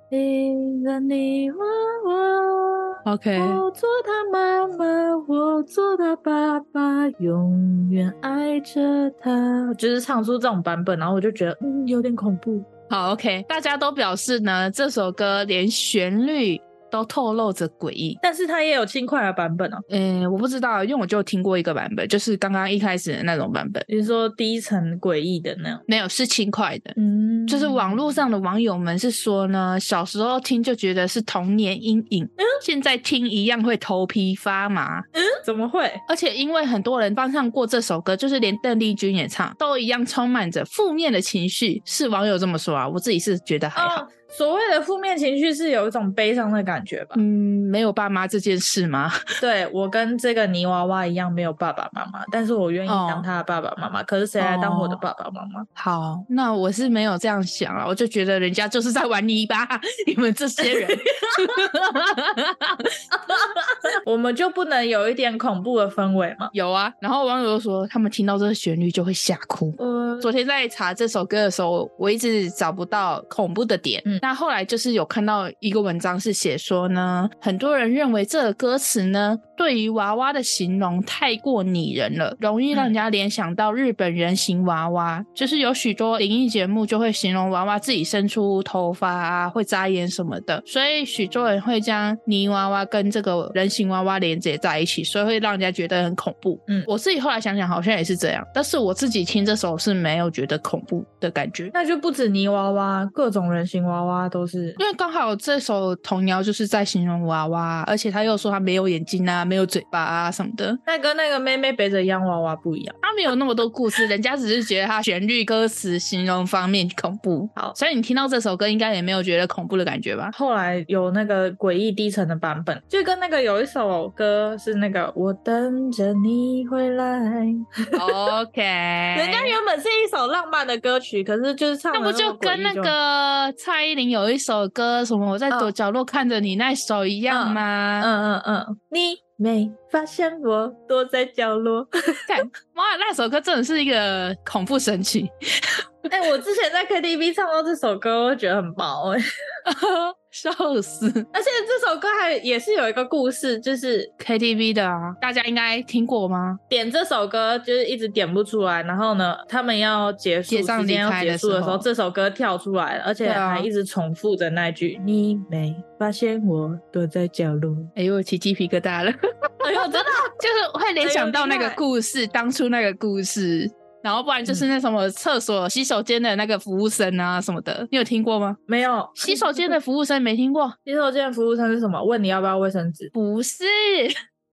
Speaker 2: 一个泥娃娃。
Speaker 1: OK，
Speaker 2: 我做他妈妈，我做他爸爸，永远爱着他。就是唱出这种版本，然后我就觉得，嗯，有点恐怖。
Speaker 1: 好 OK，大家都表示呢，这首歌连旋律都透露着诡异。
Speaker 2: 但是它也有轻快的版本哦。
Speaker 1: 嗯，我不知道，因为我就听过一个版本，就是刚刚一开始的那种版本，
Speaker 2: 你说低沉诡异的那样，
Speaker 1: 没有是轻快的。
Speaker 2: 嗯
Speaker 1: 就是网络上的网友们是说呢，小时候听就觉得是童年阴影，现在听一样会头皮发麻。
Speaker 2: <laughs> 怎么会？
Speaker 1: 而且因为很多人翻唱过这首歌，就是连邓丽君也唱，都一样充满着负面的情绪，是网友这么说啊。我自己是觉得还好，
Speaker 2: 哦，所谓的负面情绪是有一种悲伤的感觉吧？
Speaker 1: 嗯，没有爸妈这件事吗？
Speaker 2: 对我跟这个泥娃娃一样，没有爸爸妈妈，但是我愿意
Speaker 1: 哦
Speaker 2: 当他的爸爸妈妈。可是谁来当我的爸爸妈妈？
Speaker 1: 好，那我是没有这样想啊了，我就觉得人家就是在玩泥巴， <laughs> 你们这些人。 <laughs>
Speaker 2: 我们就不能有一点恐怖的氛围吗？
Speaker 1: 有啊，然后网友就说他们听到这个旋律就会吓哭。
Speaker 2: 呃，
Speaker 1: 昨天在查这首歌的时候，我一直找不到恐怖的点。
Speaker 2: 嗯
Speaker 1: 那后来就是有看到一个文章是写说呢，很多人认为这个歌词呢，对于娃娃的形容太过拟人了，容易让人家联想到日本人形娃娃。就是有许多灵异节目就会形容娃娃自己生出头发啊，会眨眼什么的，所以许多人会将泥娃娃跟这个人形娃娃连接在一起，所以会让人家觉得很恐怖。我自己后来想想，好像也是这样，但是我自己听这首是没有觉得恐怖的感觉，
Speaker 2: 那就不止泥娃娃，各种人形娃娃都是。
Speaker 1: 因为刚好这首童谣就是在形容娃娃，而且他又说他没有眼睛啊，没有嘴巴啊什么的，
Speaker 2: 那跟那个妹妹背着洋娃娃不一样。
Speaker 1: 他没有那么多故事，人家只是觉得他旋律、歌词、形容方面恐怖。
Speaker 2: <laughs> 好
Speaker 1: 所以你听到这首歌应该也没有觉得恐怖的感觉
Speaker 2: <laughs>
Speaker 1: 吧？
Speaker 2: 后来有那个诡异低沉的版本，就跟那个有一首歌是那个我等着你回来，
Speaker 1: OK，
Speaker 2: <laughs> 人家原本是一首浪漫的歌曲，可是就是唱
Speaker 1: 哎那
Speaker 2: 得
Speaker 1: 不
Speaker 2: 么
Speaker 1: 就跟那
Speaker 2: 诡异
Speaker 1: 个蔡依林有一首歌什么我在躲
Speaker 2: 嗯
Speaker 1: 角落看着你那首一样
Speaker 2: 嗯
Speaker 1: 吗？
Speaker 2: 嗯嗯嗯，你没发现我躲在角落？ <laughs>
Speaker 1: 哇，那首歌真的是一个恐怖神曲，
Speaker 2: 哎、我之前在 KTV 唱到这首歌，我觉得很毛哎、
Speaker 1: <laughs> 笑死
Speaker 2: 而且这首歌还也是有一个故事，就是
Speaker 1: ！KTV 的啊，大家应该听过吗？
Speaker 2: 点这首歌就是一直点不出来，然后呢，他们要结束
Speaker 1: 结账
Speaker 2: 时间
Speaker 1: 离
Speaker 2: 要
Speaker 1: 开的
Speaker 2: 结束的时
Speaker 1: 时候
Speaker 2: 候，这首歌跳出来了，而且
Speaker 1: 对啊
Speaker 2: 还一直重复着那句“你没发现我躲在角
Speaker 1: <laughs>
Speaker 2: 落
Speaker 1: 哎呦，我起鸡皮疙瘩 <laughs> 了，”。
Speaker 2: 哎呦，真的
Speaker 1: 就是会联想到那
Speaker 2: 哎呦
Speaker 1: 个
Speaker 2: 厉害
Speaker 1: 故事，当初那个故事，然后不然就是那什么厕所、洗手间的那个服务生啊什么的，你有听过吗？
Speaker 2: 没有
Speaker 1: 洗手间的服务生没听过？
Speaker 2: 洗手间服务生是什么？问你要不要卫生
Speaker 1: <laughs>
Speaker 2: 纸？
Speaker 1: 不是。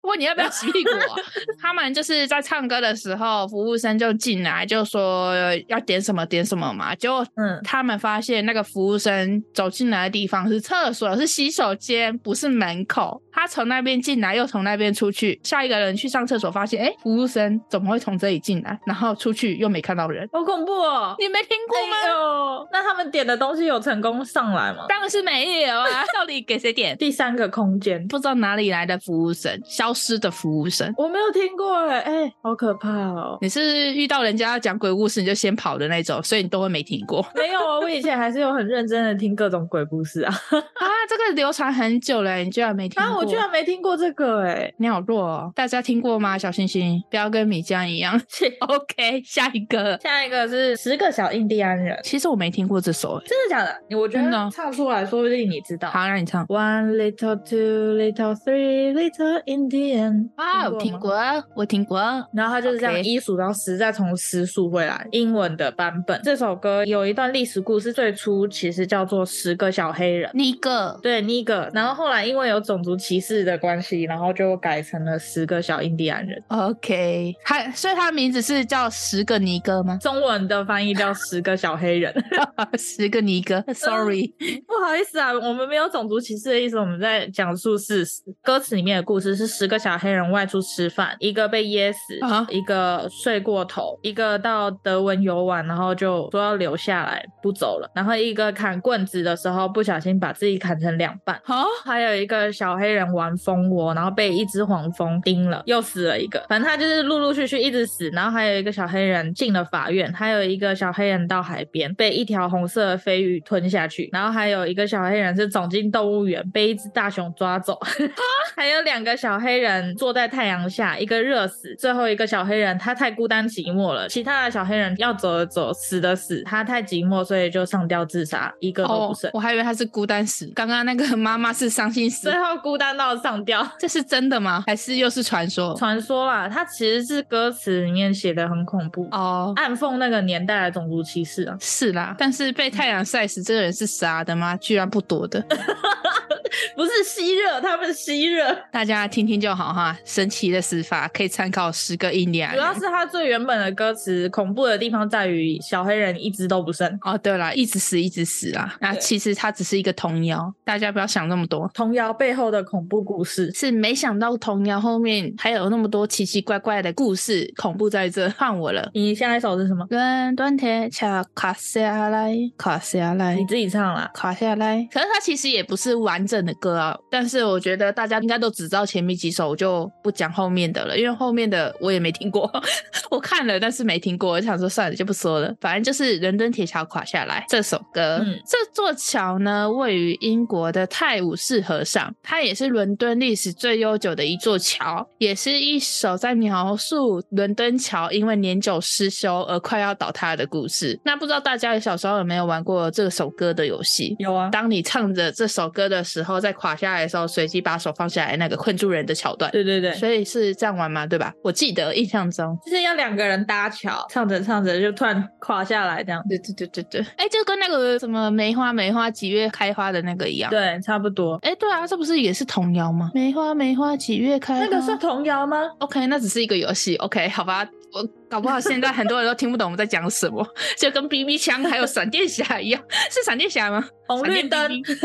Speaker 1: 问你要不要洗屁股啊、
Speaker 2: <laughs>
Speaker 1: 他们就是在唱歌的时候，服务生就进来就说要点什么点什么嘛，结果
Speaker 2: 嗯，
Speaker 1: 他们发现那个服务生走进来的地方是厕所，是洗手间，不是门口。他从那边进来，又从那边出去。下一个人去上厕所，发现哎，诶服务生怎么会从这里进来？然后出去又没看到人。
Speaker 2: 好恐怖哦！
Speaker 1: 你没听过吗？
Speaker 2: 哎呦，那他们点的东西有成功上来吗？
Speaker 1: <laughs> 当然是没有啊！到底给谁点？
Speaker 2: 第三个空间，
Speaker 1: 不知道哪里来的服务生，消消失的服务生。
Speaker 2: 我没有听过哎、哎、好可怕哦！
Speaker 1: 你是遇到人家讲鬼故事你就先跑的那种，所以你都会没听过
Speaker 2: 没有啊，我以前还是有很认真的听各种鬼故事啊，
Speaker 1: 啊？这个流传很久了，你居然 <laughs> 没听过？
Speaker 2: 啊，我居然没听过这个哎、
Speaker 1: 你好弱哦！大家听过吗？小星星，不要跟米江一 <laughs> 样。OK，下一个。
Speaker 2: 下一个是十个小印第安人，
Speaker 1: 其实我没听过这首诶。
Speaker 2: 真的假的？我觉
Speaker 1: 真的
Speaker 2: 得唱出来，说不定你知道。
Speaker 1: 好，让你唱
Speaker 2: One little, two little, three little Indian。
Speaker 1: 啊！我听
Speaker 2: 吗。
Speaker 1: 过，我听过。
Speaker 2: 然后他就是这样
Speaker 1: OK
Speaker 2: 一数到十，再从十数回来。英文的版本，这首歌有一段历史故事，最初其实叫做《十个小黑人》。
Speaker 1: 那个
Speaker 2: 对 Nigger，然后后来因为有种族歧视的关系，然后就改成了十个小印第安人。
Speaker 1: OK，他所以他名字是叫十个尼哥 <laughs> 吗？
Speaker 2: 中文的翻译叫十个小黑人。
Speaker 1: 十个尼哥，Sorry，
Speaker 2: 不好意思啊，我们没有种族歧视的意思，我们在讲述事实。歌词里面的故事是十个小黑人外出吃饭，一个被噎死
Speaker 1: 啊
Speaker 2: 一个睡过头，一个到德文游玩，然后就说要留下来不走了，然后一个砍棍子的时候不小心把自己砍成两半。
Speaker 1: 好、
Speaker 2: 还有一个小黑人玩蜂窝，然后被一只黄蜂叮了，又死了一个。反正他就是陆陆续续一直死。然后还有一个小黑人进了法院，还有一个小黑人到海边被一条红色的飞鱼吞下去，然后还有一个小黑人是走进动物园被一只大熊抓走，还有两个小黑人坐在太阳下，一个热死，最后一个小黑人他太孤单寂寞了，其他的小黑人要走的走，死的死，他太寂寞，所以就上吊自杀，一个都不
Speaker 1: 哦
Speaker 2: 剩，。
Speaker 1: 我还以为他是孤单死。刚刚那个妈妈是伤心死
Speaker 2: 最，后孤单到上吊。
Speaker 1: 这是真的吗？还是又是传说？
Speaker 2: 传说啦，它其实是歌词里面写的很恐怖，
Speaker 1: 哦，
Speaker 2: 暗讽那个年代的种族歧视啊。
Speaker 1: 是啦，但是被太阳晒死这个人是傻的吗？居然不躲的， <laughs>
Speaker 2: 不是吸热，他们吸热，
Speaker 1: 大家听听就好哈。神奇的死法可以参考十个印第安
Speaker 2: 主要
Speaker 1: 人。
Speaker 2: 是它最原本的歌词恐怖的地方在于小黑人一只都不剩。
Speaker 1: 哦，对啦，一直死，一直死啊！那
Speaker 2: 对
Speaker 1: 其实它只是一个童谣，大家不要想那么多。
Speaker 2: 童谣背后的恐怖故事，
Speaker 1: 是没想到童谣后面还有那么多奇奇怪怪的故事，恐怖在这，换我了。
Speaker 2: 你下一首是什么？
Speaker 1: 伦敦铁桥垮下来，垮下来
Speaker 2: 哎你，自己唱啦。
Speaker 1: 垮下来。可是它其实也不是完整的歌啊，但是我觉得大家应该都只知道前面几首，我就不讲后面的了，因为后面的我也没听过， <laughs> 我看了但是没听过，我想说算了就不说了，反正就是《伦敦铁桥垮下来》这首歌。
Speaker 2: 嗯
Speaker 1: 这座桥呢位于英国的泰晤士河上，它也是伦敦历史最悠久的一座桥，也是一首在描述伦敦桥因为年久失修而快要倒塌的故事。那不知道大家小时候有没有玩过这首歌的游戏？
Speaker 2: 有啊，
Speaker 1: 当你唱着这首歌的时候，在垮下来的时候，随机把手放下来，那个困住人的桥段。
Speaker 2: 对对对，
Speaker 1: 所以是这样玩嘛，对吧？我记得印象中，
Speaker 2: 就是要两个人搭桥，唱着唱着就突然垮下来这样。
Speaker 1: 对对对对对，哎，就跟那个什么梅花梅花几月开花的那个一样。，
Speaker 2: 对，差不多。
Speaker 1: 哎，对啊，这不是也是童谣吗？梅花梅花几月开花？
Speaker 2: 那个算童谣吗？
Speaker 1: OK，那只是一个游戏。OK，好吧，我搞不好现在很多人都听不懂我们在讲什么，就跟 BB 枪还有闪电侠一样，是闪电侠吗？
Speaker 2: 红绿灯
Speaker 1: 闪电 BB，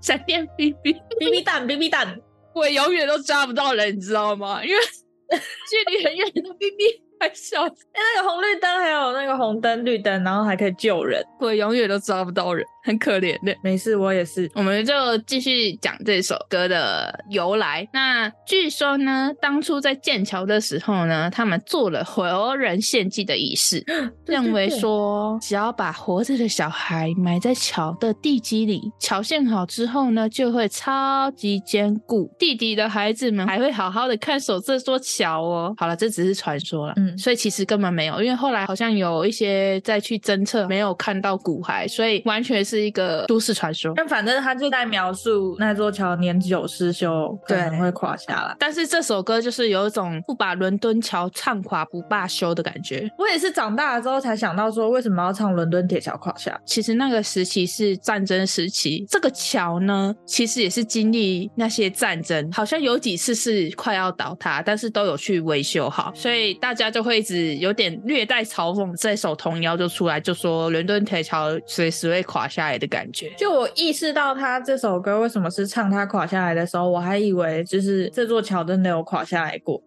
Speaker 1: 闪电 BB。 <laughs>
Speaker 2: ，B B 蛋，B B 蛋。
Speaker 1: 我永远都抓不到人，你知道吗？因为距离很远的 BB 还小，
Speaker 2: 那个红绿灯还有那个红灯、绿灯，然后还可以救人。
Speaker 1: 我永远都抓不到人，很可怜的。
Speaker 2: 没事，我也是。
Speaker 1: 我们就继续讲这首歌的由来。那据说呢，当初在剑桥的时候呢，他们做了活人献祭的仪 <gasps> 式，
Speaker 2: 对
Speaker 1: 认为说只要把活着的小孩埋在桥的地基里，桥建好之后呢，就会超级坚固。弟弟的孩子们还会好好的看守这座桥哦。好了，这只是传说了，
Speaker 2: 嗯
Speaker 1: 所以其实根本没有，因为后来好像有一些再去侦测，没有看到骨骸，所以完全是一个都市传说。
Speaker 2: 但反正他就在描述那座桥年久失修，可
Speaker 1: 对
Speaker 2: 能会垮下来。
Speaker 1: 但是这首歌就是有一种不把伦敦桥唱垮不罢休的感觉。
Speaker 2: 我也是长大了之后才想到说，为什么要唱伦敦铁桥垮下？
Speaker 1: 其实那个时期是战争时期，这个桥呢，其实也是经历那些战争，好像有几次是快要倒塌，但是都有去维修好，所以大家就会一直有点略带嘲讽这首童谣就出来，就说伦敦铁桥随时会垮下来的感觉。
Speaker 2: 就我意识到他这首歌为什么是唱他垮下来的时候，我还以为就是这座桥真的有垮下来过。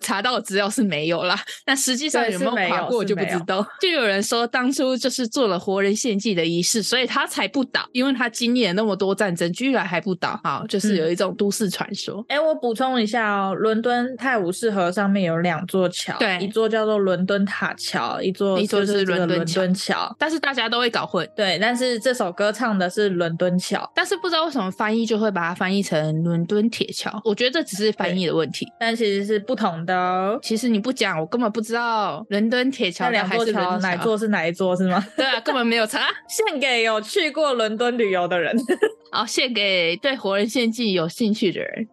Speaker 1: 查到的资料是没有啦，但实际上
Speaker 2: 对
Speaker 1: 有
Speaker 2: 是
Speaker 1: 没有
Speaker 2: 没
Speaker 1: 爬
Speaker 2: 有
Speaker 1: 过
Speaker 2: 是
Speaker 1: 就不
Speaker 2: 没
Speaker 1: 知
Speaker 2: 有
Speaker 1: 道。就有人说当初就是做了活人献祭的仪式，所以他才不倒，因为他经历了那么多战争，居然还不倒，哈，就是
Speaker 2: 嗯
Speaker 1: 有一种都市传说。
Speaker 2: 哎、我补充一下哦，伦敦泰晤士河上面有两座桥，
Speaker 1: 对
Speaker 2: 一座叫做伦敦塔桥，一座
Speaker 1: 一座
Speaker 2: 就是这个
Speaker 1: 伦敦
Speaker 2: 伦
Speaker 1: 桥
Speaker 2: 敦桥。
Speaker 1: 但是大家都会搞混，
Speaker 2: 对，但是这首歌唱的是伦敦桥，
Speaker 1: 但是不知道为什么翻译就会把它翻译成伦敦铁桥，我觉得这只是翻译的问题。
Speaker 2: 但其实是不同的哦。
Speaker 1: 其实你不讲，我根本不知道伦敦铁桥
Speaker 2: 那
Speaker 1: 的
Speaker 2: 两
Speaker 1: 还
Speaker 2: 座
Speaker 1: 是伦
Speaker 2: 桥
Speaker 1: 敦
Speaker 2: 哪
Speaker 1: 桥
Speaker 2: 座是哪一座是吗？ <laughs>
Speaker 1: 对啊，根本没有查。
Speaker 2: 献给有去过伦敦旅游的人。 <laughs>
Speaker 1: 好，献给对活人献祭有兴趣的人。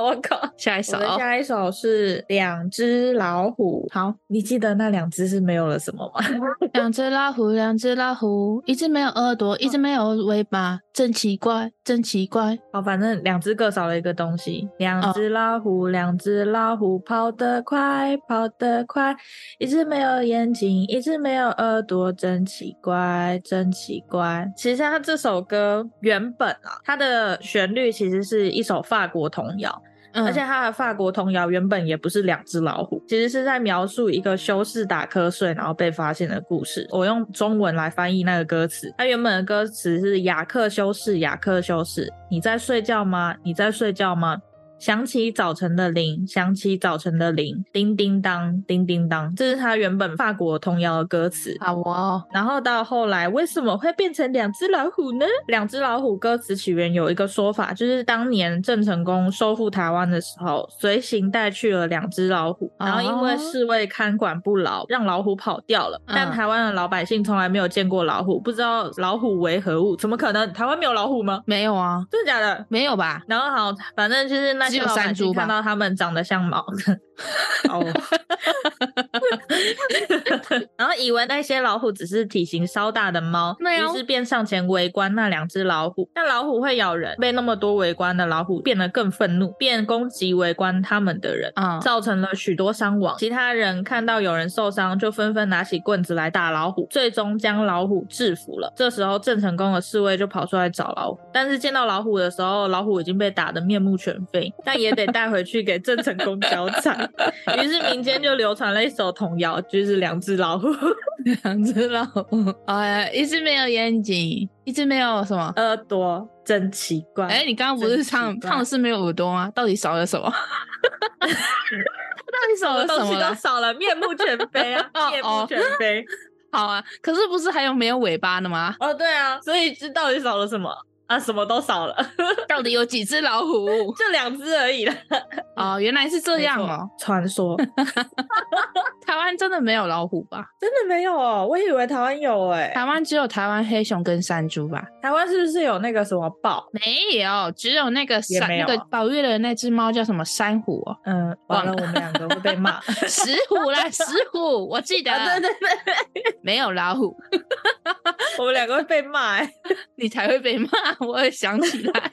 Speaker 2: 我靠！
Speaker 1: 下一
Speaker 2: 我
Speaker 1: 首，哦
Speaker 2: 的下一首是两只老虎，
Speaker 1: 好，
Speaker 2: 你记得那两只是没有了什么吗？ <laughs>
Speaker 1: 两只老虎，两只老虎，一只没有耳朵，一只没有尾巴，真奇怪，真奇怪。
Speaker 2: 哦，反正两只各少了一个东西。两
Speaker 1: 哦
Speaker 2: 只老虎，两只老虎，跑得快，跑得快。一只没有眼睛，一只没有耳朵，真奇怪，真奇怪。其实它这首歌原本啊，它的旋律其实是一首法国童谣，
Speaker 1: 嗯
Speaker 2: 而且它的法国童谣原本也不是两只老虎，其实是在描述一个修士打瞌睡然后被发现的故事。我用中文来翻译那个歌词，它原本的歌词是雅克修士，雅克修士，你在睡觉吗？你在睡觉吗？响起早晨的铃，响起早晨的铃，叮叮当，叮叮当，这是它原本法国童谣的歌词。
Speaker 1: 好哦，
Speaker 2: 然后到后来，为什么会变成两只老虎呢？两只老虎歌词起源有一个说法，就是当年郑成功收复台湾的时候，随行带去了两只老虎，然后因为
Speaker 1: 哦
Speaker 2: 侍卫看管不牢，让老虎跑掉了。但
Speaker 1: 嗯
Speaker 2: 台湾的老百姓从来没有见过老虎，不知道老虎为何物，怎么可能？台湾没有老虎吗？
Speaker 1: 没有啊，
Speaker 2: 真的假的？
Speaker 1: 没有吧？
Speaker 2: 然后好，反正就是那
Speaker 1: 只
Speaker 2: 些
Speaker 1: 有
Speaker 2: 老
Speaker 1: 山
Speaker 2: 百
Speaker 1: 猪
Speaker 2: 姓看
Speaker 1: 吧
Speaker 2: 到他们长得像猫，哦，然后以为那些老虎只是体型稍大的猫，
Speaker 1: 没有
Speaker 2: 于是便上前围观那两只老虎。但老虎会咬人，被那么多围观的老虎变得更愤怒，便攻击围观他们的人。
Speaker 1: <laughs> 嗯，
Speaker 2: 造成了许多伤亡。其他人看到有人受伤，就纷纷拿起棍子来打老虎，最终将老虎制服了。这时候，郑成功的侍卫就跑出来找老虎，但是见到老虎的时候，老虎已经被打得面目全非，但也得带回去给郑成功交
Speaker 1: <laughs>
Speaker 2: 战。于是民间就流传了一首童谣，就是两只
Speaker 1: <laughs>
Speaker 2: 老虎，
Speaker 1: 两只老虎，哎，一只没有眼睛，一只没有什么。
Speaker 2: 耳朵真奇怪。
Speaker 1: 哎，你刚刚不
Speaker 2: 真
Speaker 1: 是
Speaker 2: 奇
Speaker 1: 唱
Speaker 2: 怪
Speaker 1: 唱的是没有耳朵吗？到底少了什么？到底少了什
Speaker 2: 东西
Speaker 1: 么
Speaker 2: 都
Speaker 1: 了？
Speaker 2: 少了，面目全非
Speaker 1: <laughs>
Speaker 2: 啊 <laughs>
Speaker 1: 哦，
Speaker 2: 面目全非。
Speaker 1: 好啊，可是不是还有没有尾巴的吗？
Speaker 2: 哦，对啊，所以这到底少了什么啊？什么都
Speaker 1: <laughs>
Speaker 2: 少了。
Speaker 1: 到底有几只老虎？ <laughs>
Speaker 2: 就两只而已了。
Speaker 1: 哦，原来是这样哦。，
Speaker 2: 传 <laughs> 说
Speaker 1: 台湾真的没有老虎吧？
Speaker 2: 真的没有哦，我以为台湾有哎、 <laughs>
Speaker 1: 台湾只有台湾黑熊跟山猪吧？
Speaker 2: 台湾是不是有那个什么豹？
Speaker 1: 没有，只有那个
Speaker 2: 也
Speaker 1: 山
Speaker 2: 没有
Speaker 1: 那
Speaker 2: 啊
Speaker 1: 个宝玉的那只猫叫什么珊瑚
Speaker 2: <laughs>
Speaker 1: 哦，
Speaker 2: 嗯，完了，我们两个会被 <laughs> 骂。啊，
Speaker 1: 石虎啦，石虎，我记得、
Speaker 2: 啊对对对，
Speaker 1: <laughs> 没有老虎，
Speaker 2: <laughs> 我们两个会被骂哎、
Speaker 1: 你才会被骂。我也想起来，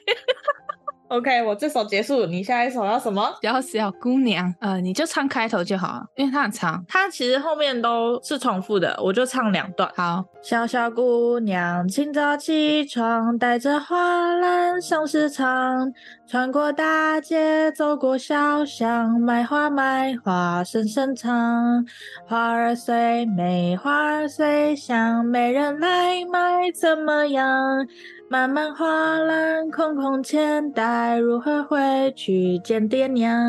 Speaker 1: <laughs>
Speaker 2: OK，我这首结束，你下一首要什么？
Speaker 1: 小小姑娘，呃，你就唱开头就好了，因为它很长。
Speaker 2: 它其实后面都是重复的，我就唱两段。
Speaker 1: 好，
Speaker 2: 小小姑娘，清早起床，带着花篮上市场，穿过大街，走过小巷，买花买花声声唱，花儿虽美，花儿虽香，没人来买怎么样？漫漫花篮，空空钱袋，如何回去见爹娘？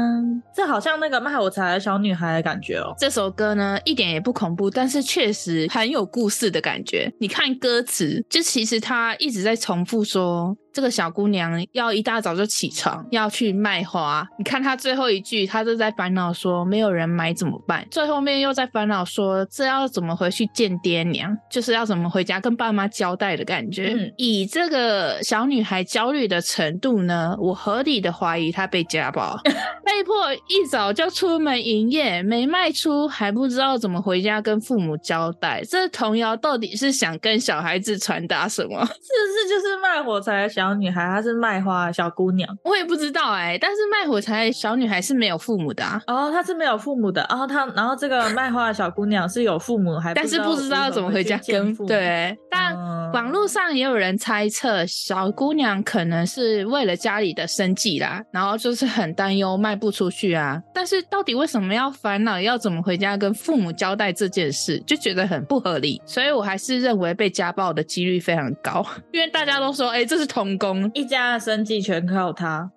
Speaker 2: 这好像那个卖火柴的小女孩的感觉哦。
Speaker 1: 这首歌呢一点也不恐怖，但是确实很有故事的感觉。你看歌词，就其实他一直在重复说，这个小姑娘要一大早就起床，要去卖花。你看她最后一句，她就在烦恼说没有人买怎么办？最后面又在烦恼说这要怎么回去见爹娘，就是要怎么回家跟爸妈交代的感觉。
Speaker 2: 嗯
Speaker 1: 以这个小女孩焦虑的程度呢，我合理的怀疑她被家暴。被迫一早就出门营业，没卖出还不知道怎么回家跟父母交代。这童谣到底是想跟小孩子传达什么？ <laughs>
Speaker 2: 是不是就是卖火柴的小小女孩，她是卖花的小姑娘。
Speaker 1: 我也不知道哎、但是卖火柴的小女孩是没有父母的啊，
Speaker 2: 哦，她是没有父母的，然后她，然后这个卖花的小姑娘是有父母，还
Speaker 1: 但是不知道怎么回家
Speaker 2: 去见
Speaker 1: 跟
Speaker 2: 父母。
Speaker 1: 对，但
Speaker 2: 嗯
Speaker 1: 网络上也有人猜测，小姑娘可能是为了家里的生计啦，然后就是很担忧卖不出去啊。但是到底为什么要烦恼要怎么回家跟父母交代这件事，就觉得很不合理。所以我还是认为被家暴的几率非常高， <laughs> 因为大家都说，哎、这是童工，
Speaker 2: 一家的生计全靠她。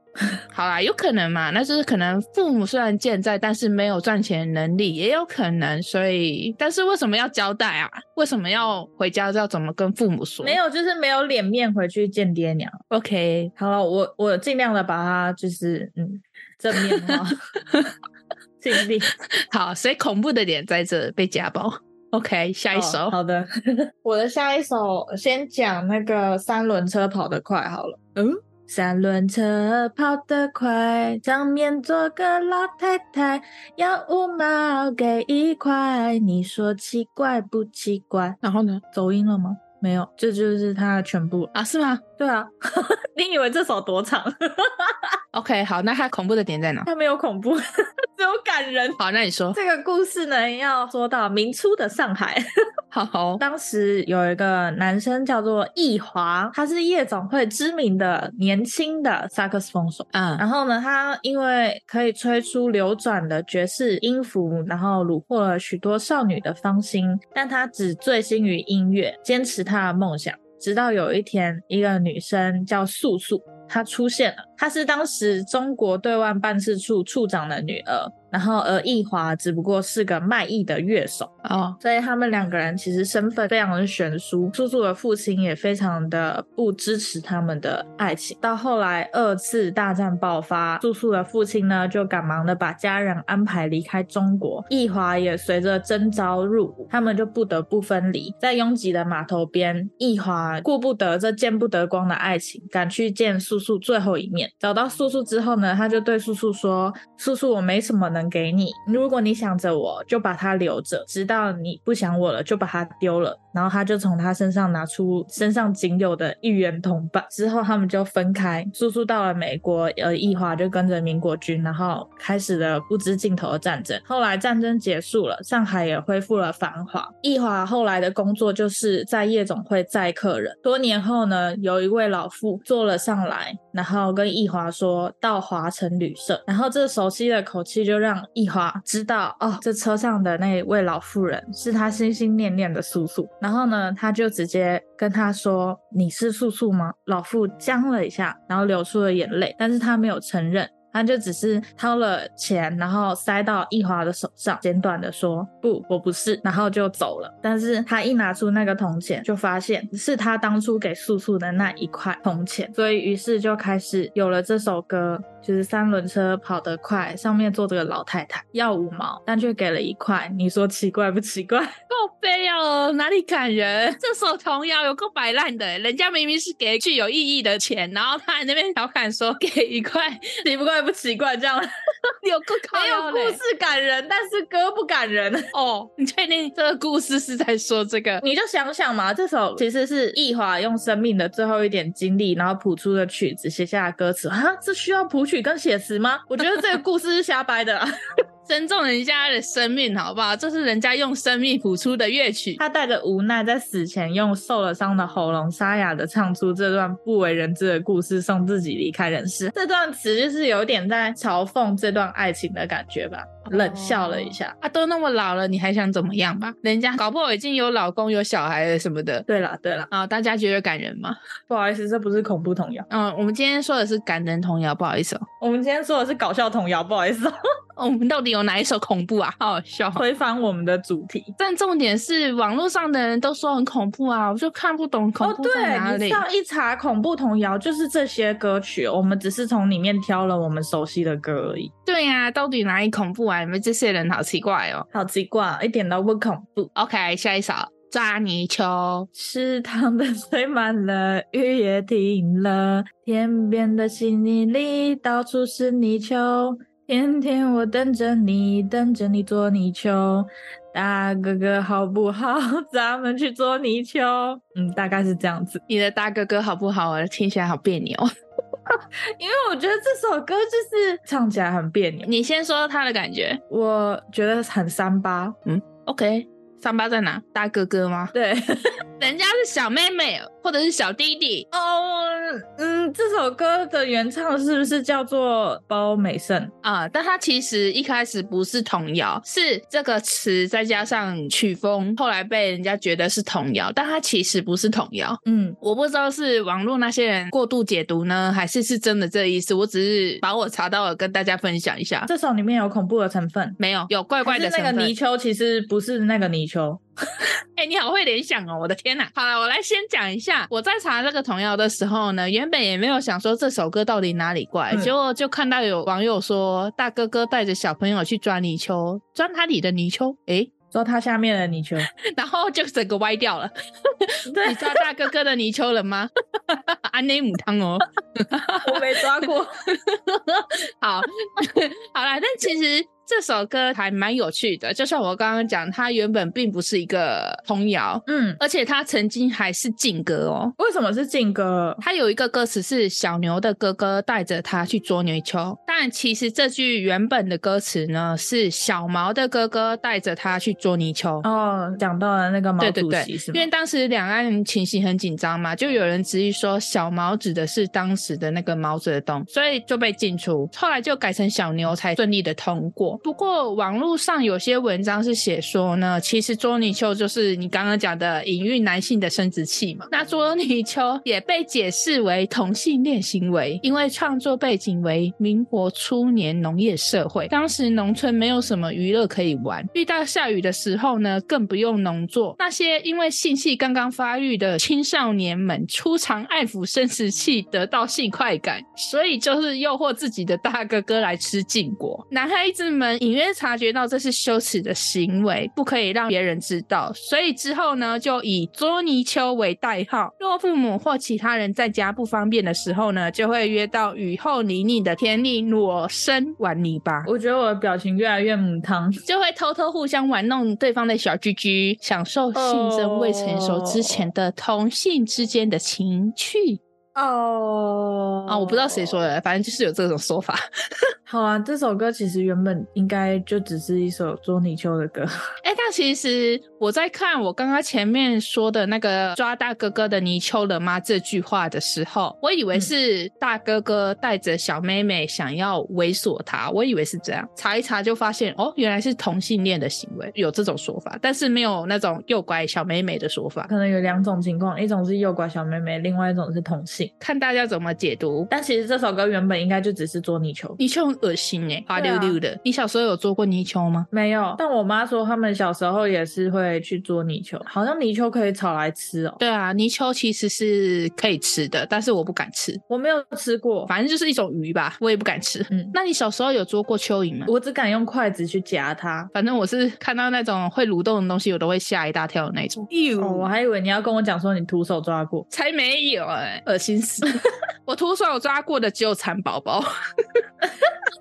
Speaker 1: 好啦，有可能嘛？那就是可能父母虽然健在，但是没有赚钱能力，也有可能。所以，但是为什么要交代啊？为什么要回家要怎么跟父母说？
Speaker 2: 没有，就是没有脸面回去见爹娘。
Speaker 1: ，OK，
Speaker 2: 好了，我我尽量的把它就是嗯正面化， <laughs> 尽力。
Speaker 1: 好，所以恐怖的点在这被家暴。OK，下一首，
Speaker 2: 哦好的， <laughs> 我的下一首先讲那个三轮车跑得快好了。嗯，三轮车跑得快，上面坐个老太太，要五毛给一块，你说奇怪不奇怪？
Speaker 1: 然后呢？
Speaker 2: 走音了吗？没有，这就是它的全部。
Speaker 1: 啊，是吗
Speaker 2: 对啊， <laughs> 你以为这首多长？ <laughs>
Speaker 1: ？OK，好，那它恐怖的点在哪？
Speaker 2: 它没有恐怖， <laughs> 只有感人。
Speaker 1: 好，那你说，
Speaker 2: 这个故事呢，要说到明初的上海，
Speaker 1: 好好
Speaker 2: 当时有一个男生叫做易华，他是夜总会知名的年轻的萨克斯风手。
Speaker 1: 啊，
Speaker 2: 然后呢，他因为可以吹出流转的爵士音符，然后虏获了许多少女的芳心，但他只醉心于音乐，坚持他的梦想。直到有一天，一个女生叫素素，她出现了。她是当时中国对外办事处处长的女儿，然后而易华只不过是个卖艺的乐手。
Speaker 1: 哦，
Speaker 2: 所以他们两个人其实身份非常的悬殊，素素的父亲也非常的不支持他们的爱情。到后来二次大战爆发，素素的父亲呢就赶忙的把家人安排离开中国，易华也随着征召入伍，他们就不得不分离。在拥挤的码头边，易华顾不得这见不得光的爱情，赶去见素素最后一面。找到素素之后呢，他就对素素说：“素素，我没什么能给你，如果你想着我，就把它留着，直到你不想我了，就把它丢了。”然后他就从他身上拿出身上仅有的一元铜板，之后他们就分开。素素到了美国，呃，易华就跟着民国军，然后开始了不知尽头的战争。后来战争结束了，上海也恢复了繁华。易华后来的工作就是在夜总会载客人。多年后呢，有一位老妇坐了上来，然后跟易华说到华晨旅社，然后这熟悉的口气就让易华知道，哦，这车上的那位老妇人是他心心念念的素素。然后呢，他就直接跟他说：“你是素素吗？”老妇僵了一下，然后流出了眼泪，但是他没有承认。他就只是掏了钱，然后塞到易华的手上，简短的说：“不，我不是。”然后就走了。但是他一拿出那个铜钱，就发现是他当初给素素的那一块铜钱，所以于是就开始有了这首歌，就是三轮车跑得快，上面坐着个老太太，要五毛，但却给了一块。你说奇怪不奇怪？ <laughs>
Speaker 1: 够悲哦，哪里感人？这首童谣有够摆烂的，欸人家明明是给具有意义的钱，然后他还那边调侃说给一块，
Speaker 2: 奇怪不奇怪？这样
Speaker 1: 有够靠
Speaker 2: 没有
Speaker 1: 腰
Speaker 2: 故
Speaker 1: 嘞
Speaker 2: 事感人，但是歌不感人。
Speaker 1: 哦。你确定这个故事是在说这个？
Speaker 2: 你就想想嘛，这首其实是易华用生命的最后一点精力，然后谱出的曲子，写下的歌词啊，这需要谱曲跟写词吗？我觉得这个故事是瞎掰的、啊。 <laughs>
Speaker 1: 尊重人家的生命，好不好？这是人家用生命谱出的乐曲。
Speaker 2: 他带着无奈，在死前用受了伤的喉咙沙哑的唱出这段不为人知的故事，送自己离开人世。这段词就是有点在嘲讽这段爱情的感觉吧，冷笑了一下。
Speaker 1: 啊，都那么老了，你还想怎么样吧？人家搞不好已经有老公、有小孩了什么的
Speaker 2: 对了对了，
Speaker 1: 啊、大家觉得感人吗？
Speaker 2: 不好意思，这不是恐怖童谣，
Speaker 1: 嗯，我们今天说的是感人童谣，不好意思哦。
Speaker 2: 我们今天说的是搞笑童谣，不好意思、哦， <laughs>
Speaker 1: 哦我们到底有哪一首恐怖啊？好好笑哦。
Speaker 2: 回访我们的主题。
Speaker 1: 但重点是，网络上的人都说很恐怖啊，我就看不懂恐
Speaker 2: 哦，
Speaker 1: 怖在哪
Speaker 2: 对，你
Speaker 1: 里。
Speaker 2: 上一查恐怖童谣就是这些歌曲，我们只是从里面挑了我们熟悉的歌而已。
Speaker 1: 对呀、到底哪里恐怖啊？你们这些人好奇怪哦。
Speaker 2: 好奇怪哦，一点都不恐怖。
Speaker 1: OK，下一首《抓泥鳅
Speaker 2: 池塘的水满了，雨也停了，天边的稀泥里到处是泥鳅。天天我等着你，等着你做泥鳅，大哥哥好不好？咱们去做泥鳅。嗯，大概是这样子。
Speaker 1: 你的大哥哥好不好？我听起来好别扭。哦
Speaker 2: 因为我觉得这首歌就是唱起来很别扭，
Speaker 1: 你先说他的感觉。
Speaker 2: 我觉得很三八。
Speaker 1: OK，三八在哪？大哥哥吗？
Speaker 2: 对，
Speaker 1: 人家是小妹妹或者是小弟弟。
Speaker 2: 哦，嗯，这首歌的原唱是不是叫做包美胜？
Speaker 1: 啊、但它其实一开始不是童谣，是这个词再加上曲风，后来被人家觉得是童谣，但它其实不是童谣。
Speaker 2: 嗯，
Speaker 1: 我不知道是网络那些人过度解读呢，还是是真的这意思。我只是把我查到的跟大家分享一下，
Speaker 2: 这首里面有恐怖的成分，
Speaker 1: 没有有怪怪的
Speaker 2: 可
Speaker 1: 成
Speaker 2: 是那
Speaker 1: 分。
Speaker 2: 个泥鳅其实不是那个泥鳅。
Speaker 1: 哎、你好会联想哦！我的天呐！好了，我来先讲一下，我在查这个童谣的时候呢，原本也没有想说这首歌到底哪里怪，
Speaker 2: 嗯
Speaker 1: 结果就看到有网友说大哥哥带着小朋友去抓泥鳅，抓哪里的泥鳅？诶、 <laughs>
Speaker 2: 说它下面的泥鳅，
Speaker 1: 然后就整个歪掉了。
Speaker 2: <laughs> 对
Speaker 1: 你抓大哥哥的泥鳅了吗？安内母汤哦。
Speaker 2: <laughs> 我没抓过。
Speaker 1: 好， <laughs> 好啦，但其实这首歌还蛮有趣的，就像我刚刚讲，它原本并不是一个童谣，
Speaker 2: <laughs> 嗯，
Speaker 1: 而且它曾经还是禁歌哦。
Speaker 2: 为什么是劲歌？
Speaker 1: 它有一个歌词是小牛的哥哥带着它去捉泥鳅，但其实这句原本的歌词呢是小毛的哥哥带着它去捉泥鳅。
Speaker 2: 哦，讲到了那个毛
Speaker 1: 对对
Speaker 2: 主
Speaker 1: 对
Speaker 2: 席是
Speaker 1: 因为
Speaker 2: 吗？
Speaker 1: 当时两岸情形很紧张嘛，就有人质疑说小毛指的是当时的那个毛泽东，所以就被禁出。后来就改成小牛才顺利的通过。不过网络上有些文章是写说呢，其实捉泥鳅就是你刚刚讲的隐喻男性的生殖器嘛。那捉泥鳅也被解释为同性恋行为，因为创作背景为民国初年农业社会，当时农村没有什么娱乐可以玩，遇到下雨的时候呢，更不用农作。那些因为性器刚刚发育的青少年们，初尝爱抚生殖器，得到性快感，所以就是诱惑自己的大哥哥来吃禁果。男孩子们隐约察觉到这是羞耻的行为，不可以让别人知道，所以之后呢，就以捉泥鳅为代号。若父母或其他人在家不方便的时候呢，就会约到雨后泥泞的田里裸身玩泥巴。
Speaker 2: 我觉得我的表情越来越母汤。
Speaker 1: 就会偷偷互相玩弄对方的小居居，享受性征未成熟之前的同性之间的情趣
Speaker 2: 哦
Speaker 1: 啊！我不知道谁说。的，反正就是有这种说法。 <laughs>
Speaker 2: 好啊，这首歌其实原本应该就只是一首捉泥鳅的歌。
Speaker 1: 哎、但其实我在看我刚刚前面说的那个“抓大哥哥的泥鳅了吗”这句话的时候，我以为是大哥哥带着小妹妹想要猥琐她，我以为是这样。查一查就发现，哦，原来是同性恋的行为，有这种说法，但是没有那种诱拐小妹妹的说法。
Speaker 2: 可能有两种情况，一种是诱拐小妹妹，另外一种是同性。
Speaker 1: 看大家怎么解读。
Speaker 2: 但其实这首歌原本应该就只是捉泥鳅。
Speaker 1: 泥鳅很恶心哎、滑
Speaker 2: 对
Speaker 1: 溜
Speaker 2: 啊
Speaker 1: 溜的。你小时候有捉过泥鳅吗？
Speaker 2: 没有，但我妈说他们小时候也是会去捉泥鳅，好像泥鳅可以炒来吃哦。
Speaker 1: 对啊，泥鳅其实是可以吃的，但是我不敢吃，
Speaker 2: 我没有吃过，
Speaker 1: 反正就是一种鱼吧，我也不敢吃。
Speaker 2: 嗯
Speaker 1: 那你小时候有捉过蚯蚓吗？
Speaker 2: 我只敢用筷子去夹它。
Speaker 1: 反正我是看到那种会蠕动的东西，我都会吓一大跳的那种。
Speaker 2: 哦，我
Speaker 1: 哟，
Speaker 2: 还以为你要跟我讲说你徒手抓过。
Speaker 1: 才没有哎、恶心死！ <laughs> 我徒手抓过的只有蚕宝宝， <laughs>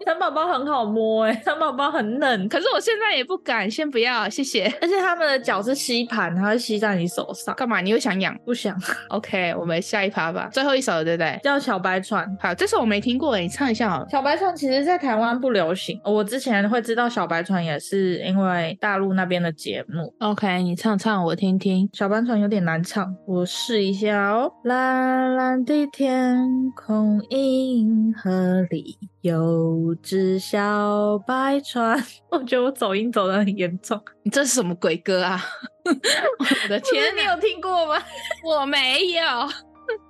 Speaker 2: 蚕宝宝很好摸哎、蚕宝宝很嫩， <laughs>
Speaker 1: 可是我现在也不敢，先不要，谢谢。
Speaker 2: 而且它们的脚是吸盘，它会吸在你手上。
Speaker 1: 干嘛？你又想养
Speaker 2: 不想 <laughs>
Speaker 1: ？OK，我们下一趴吧，最后一首了对不对？
Speaker 2: 叫小白船。
Speaker 1: 好，这首我没听过哎，你唱一下好了。
Speaker 2: 小白船其实，在台湾不流行。我之前会知道小白船，也是因为大陆那边的节目。
Speaker 1: OK，你唱唱我听听。
Speaker 2: 小帆船有点难唱，我试一下哦。蓝蓝的天空，银河里有只小白船。 <laughs> 我觉得我走音走的很严重。
Speaker 1: 你这是什么鬼歌啊？ <laughs> 我的天
Speaker 2: 不是
Speaker 1: 哪，
Speaker 2: 有听过吗？
Speaker 1: <laughs> 我没有， <laughs>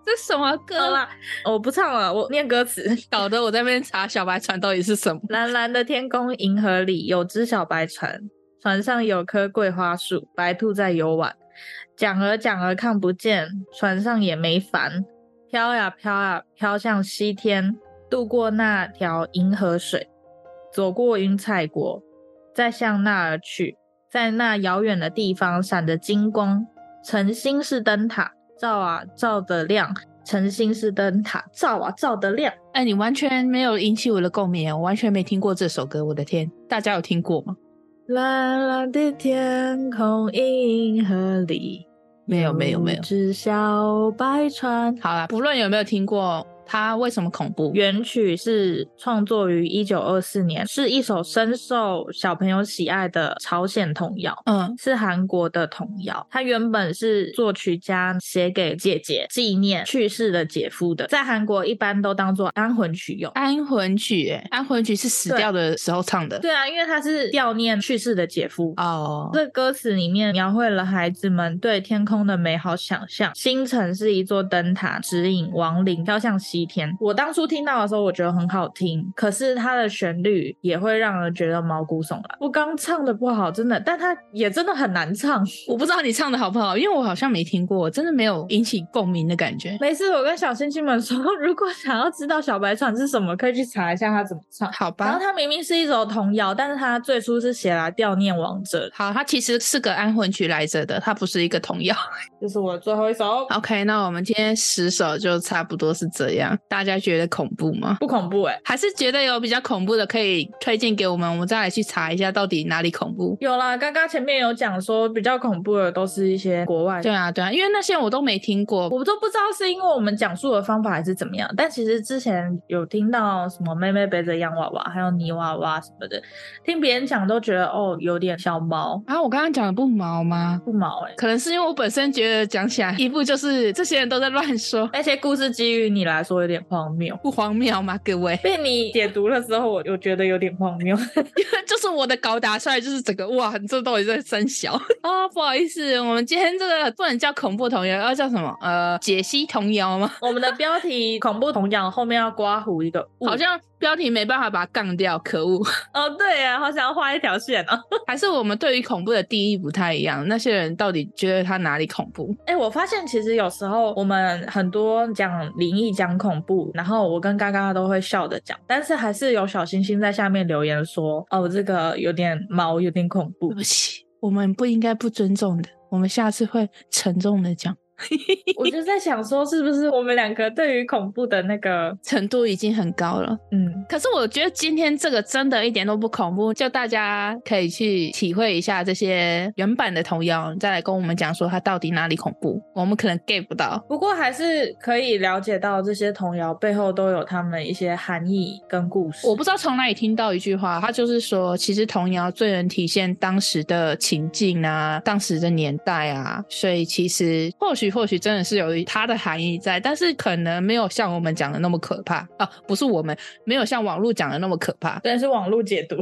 Speaker 1: 这什么
Speaker 2: 好
Speaker 1: 歌啦？
Speaker 2: 啦，我不唱了，我念歌词。
Speaker 1: 搞得我在那边查小白船到底是什么。
Speaker 2: 蓝蓝的天空，银河里有只小白船，船上有棵桂花树，白兔在游玩。讲儿讲儿看不见，船上也没帆，飘呀飘呀飘向西天，渡过那条银河水，走过云彩国，再向那儿去。在那遥远的地方闪着金光，晨星是灯塔，照啊照得亮，晨星是灯塔，照啊照得亮。
Speaker 1: 哎，你完全没有引起我的共鸣，我完全没听过这首歌。我的天，大家有听过吗？
Speaker 2: 蓝蓝的天空，银河里
Speaker 1: 没有，没有，没有。
Speaker 2: 只小白船。
Speaker 1: 好啦，不论有没有听过，它为什么恐怖？
Speaker 2: 原曲是创作于一九二四年，是一首深受小朋友喜爱的朝鲜童谣。
Speaker 1: 嗯，
Speaker 2: 是韩国的童谣，它原本是作曲家写给姐姐纪念去世的姐夫的，在韩国一般都当做安魂曲用。
Speaker 1: 安魂曲、哎，安魂曲是死掉的时候唱的。
Speaker 2: 对啊，因为它是悼念去世的姐夫。
Speaker 1: 哦，
Speaker 2: 这歌词里面描绘了孩子们对天空的美好想象。星辰是一座灯塔，指引亡灵飘向西天。我当初听到的时候，我觉得很好听，可是它的旋律也会让人觉得毛骨悚然。我刚唱的不好，真的，但它也真的很难唱。
Speaker 1: 我不知道你唱的好不好，因为我好像没听过，我真的没有引起共鸣的感觉。
Speaker 2: 没事，我跟小星星们说， <laughs> 如果想要知道小白船是什么，可以去查一下它怎么唱。
Speaker 1: 好
Speaker 2: 然后
Speaker 1: 吧，
Speaker 2: 它明明是一首童谣，但是它最初是写来悼念亡者的，
Speaker 1: 好，它其实是个安魂曲来着的，它不是一个童谣。
Speaker 2: 这是我的最后一首，
Speaker 1: OK，那我们今天十首就差不多是这样，大家觉得恐怖吗？
Speaker 2: 不恐怖哎、
Speaker 1: 还是觉得有比较恐怖的可以推荐给我们，我们再来去查一下到底哪里恐怖。
Speaker 2: 有啦，刚刚前面有讲说比较恐怖的都是一些国外的，
Speaker 1: 对啊，对啊，因为那些我都没听过。
Speaker 2: 我都不知道是因为我们讲述的方法还是怎么样。但其实之前有听到什么妹妹背着洋娃娃，还有泥娃娃什么的，听别人讲都觉得哦有点小毛
Speaker 1: 啊，我刚刚讲的不毛吗？
Speaker 2: 不毛哎、欸。
Speaker 1: 可能是因为我本身觉得讲起来一部就是这些人都在乱说，
Speaker 2: 那些故事基于你来说有点荒谬，
Speaker 1: 不荒谬吗？各位， <laughs>
Speaker 2: 被你解读了之后，我我觉得有点荒谬 <laughs>
Speaker 1: 就是我的稿打出来就是整个哇，你这到底在三小啊、不好意思，我们今天这个不能叫恐怖童谣，要叫什么？呃，解析童谣吗？
Speaker 2: 我们的标题“恐怖童谣”后面要刮胡一个物，
Speaker 1: 好像标题没办法把它杠掉，可恶！ <laughs>
Speaker 2: 哦对呀、好想要画一条线哦。
Speaker 1: 还是我们对于恐怖的定义不太一样，那些人到底觉得他哪里恐怖？
Speaker 2: 哎、我发现其实有时候我们很多讲灵异、讲恐怖，然后我跟嘎嘎都会笑着讲，但是还是有小星星在下面留言说：“哦，这个有点毛，有点恐怖
Speaker 1: 对。不起，我们不应该不尊重的，我们下次会沉重的讲。”
Speaker 2: 我就在想说，是不是我们两个对于恐怖的那个，
Speaker 1: 程度已经很高了，
Speaker 2: 嗯，
Speaker 1: 可是我觉得今天这个真的一点都不恐怖，就大家可以去体会一下这些原版的童谣，再来跟我们讲说它到底哪里恐怖，我们可能 get 不到。
Speaker 2: 不过还是可以了解到这些童谣背后都有他们一些含义跟故事。
Speaker 1: 我不知道从哪里听到一句话，他就是说，其实童谣最能体现当时的情境啊，当时的年代啊，所以其实或许或许真的是有它的含义在，但是可能没有像我们讲的那么可怕啊，不是我们没有像网络讲的那么可怕， <laughs>
Speaker 2: 但是网络解读，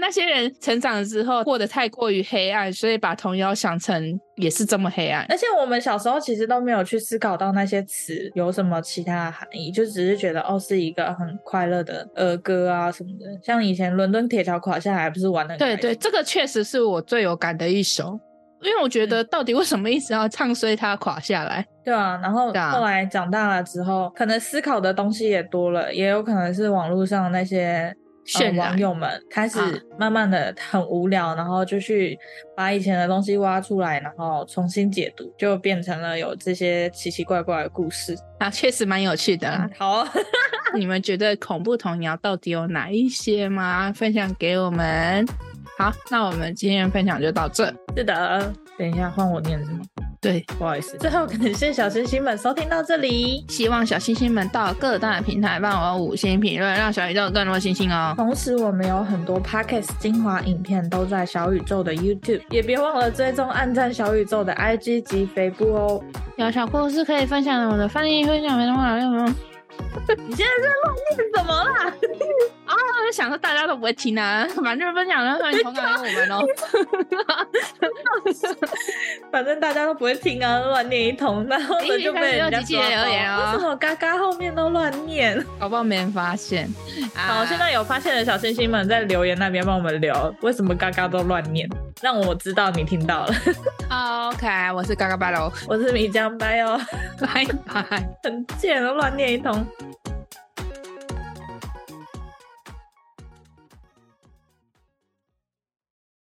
Speaker 1: 那些人成长了之后过得太过于黑暗，所以把童谣想成也是这么黑暗。
Speaker 2: 而且我们小时候其实都没有去思考到那些词有什么其他的含义，就只是觉得哦是一个很快乐的儿歌啊什么的。像以前伦敦铁桥垮下来，不是玩的
Speaker 1: 对对，这个确实是我最有感的一首，因为我觉得到底为什么一直要唱衰它垮下来？
Speaker 2: 对啊。然后
Speaker 1: 对啊
Speaker 2: 后来长大了之后，可能思考的东西也多了，也有可能是网络上那些。呃
Speaker 1: 渲、染
Speaker 2: 网友们开始
Speaker 1: 啊
Speaker 2: 慢慢的很无聊，然后就去把以前的东西挖出来，然后重新解读，就变成了有这些奇奇怪怪的故事。
Speaker 1: 啊，确实蛮有趣的啦。
Speaker 2: 好啊、
Speaker 1: <laughs> 你们觉得恐怖童谣到底有哪一些吗？分享给我们。好，那我们今天分享就到这。
Speaker 2: 是的，等一下换我念是吗？
Speaker 1: 对，
Speaker 2: 不好意思。最后感谢小星星们收听到这里，
Speaker 1: 希望小星星们到各大平台帮我五星评论，让小宇宙有更多星星哦。
Speaker 2: 同时我们有很多 podcast 精华影片都在小宇宙的 YouTube，也别忘了追踪、按赞小宇宙的 IG 及肥布哦。
Speaker 1: 有小故事可以分享的，我的翻译分享没那么老用吗？
Speaker 2: 你现在在乱念什么啦？
Speaker 1: 那我就想说大家都不会听啊， <laughs> 反正分享的欢迎投稿给我们哦。
Speaker 2: 反正大家都不会听啊，乱念一通，然后呢
Speaker 1: 哎
Speaker 2: 就被人家
Speaker 1: 大家有积极的
Speaker 2: 抓包
Speaker 1: 留言哦
Speaker 2: <laughs> 为什么嘎嘎后面都乱念？
Speaker 1: 搞不好没人发现。啊
Speaker 2: 好，现在有发现的小星星们在留言那边帮我们留，为什么嘎嘎都乱念？让我知道你听到了。
Speaker 1: OK，我是嘎嘎巴喽，
Speaker 2: 我是米江拜哦。
Speaker 1: 拜拜。
Speaker 2: 很贱，乱念一通。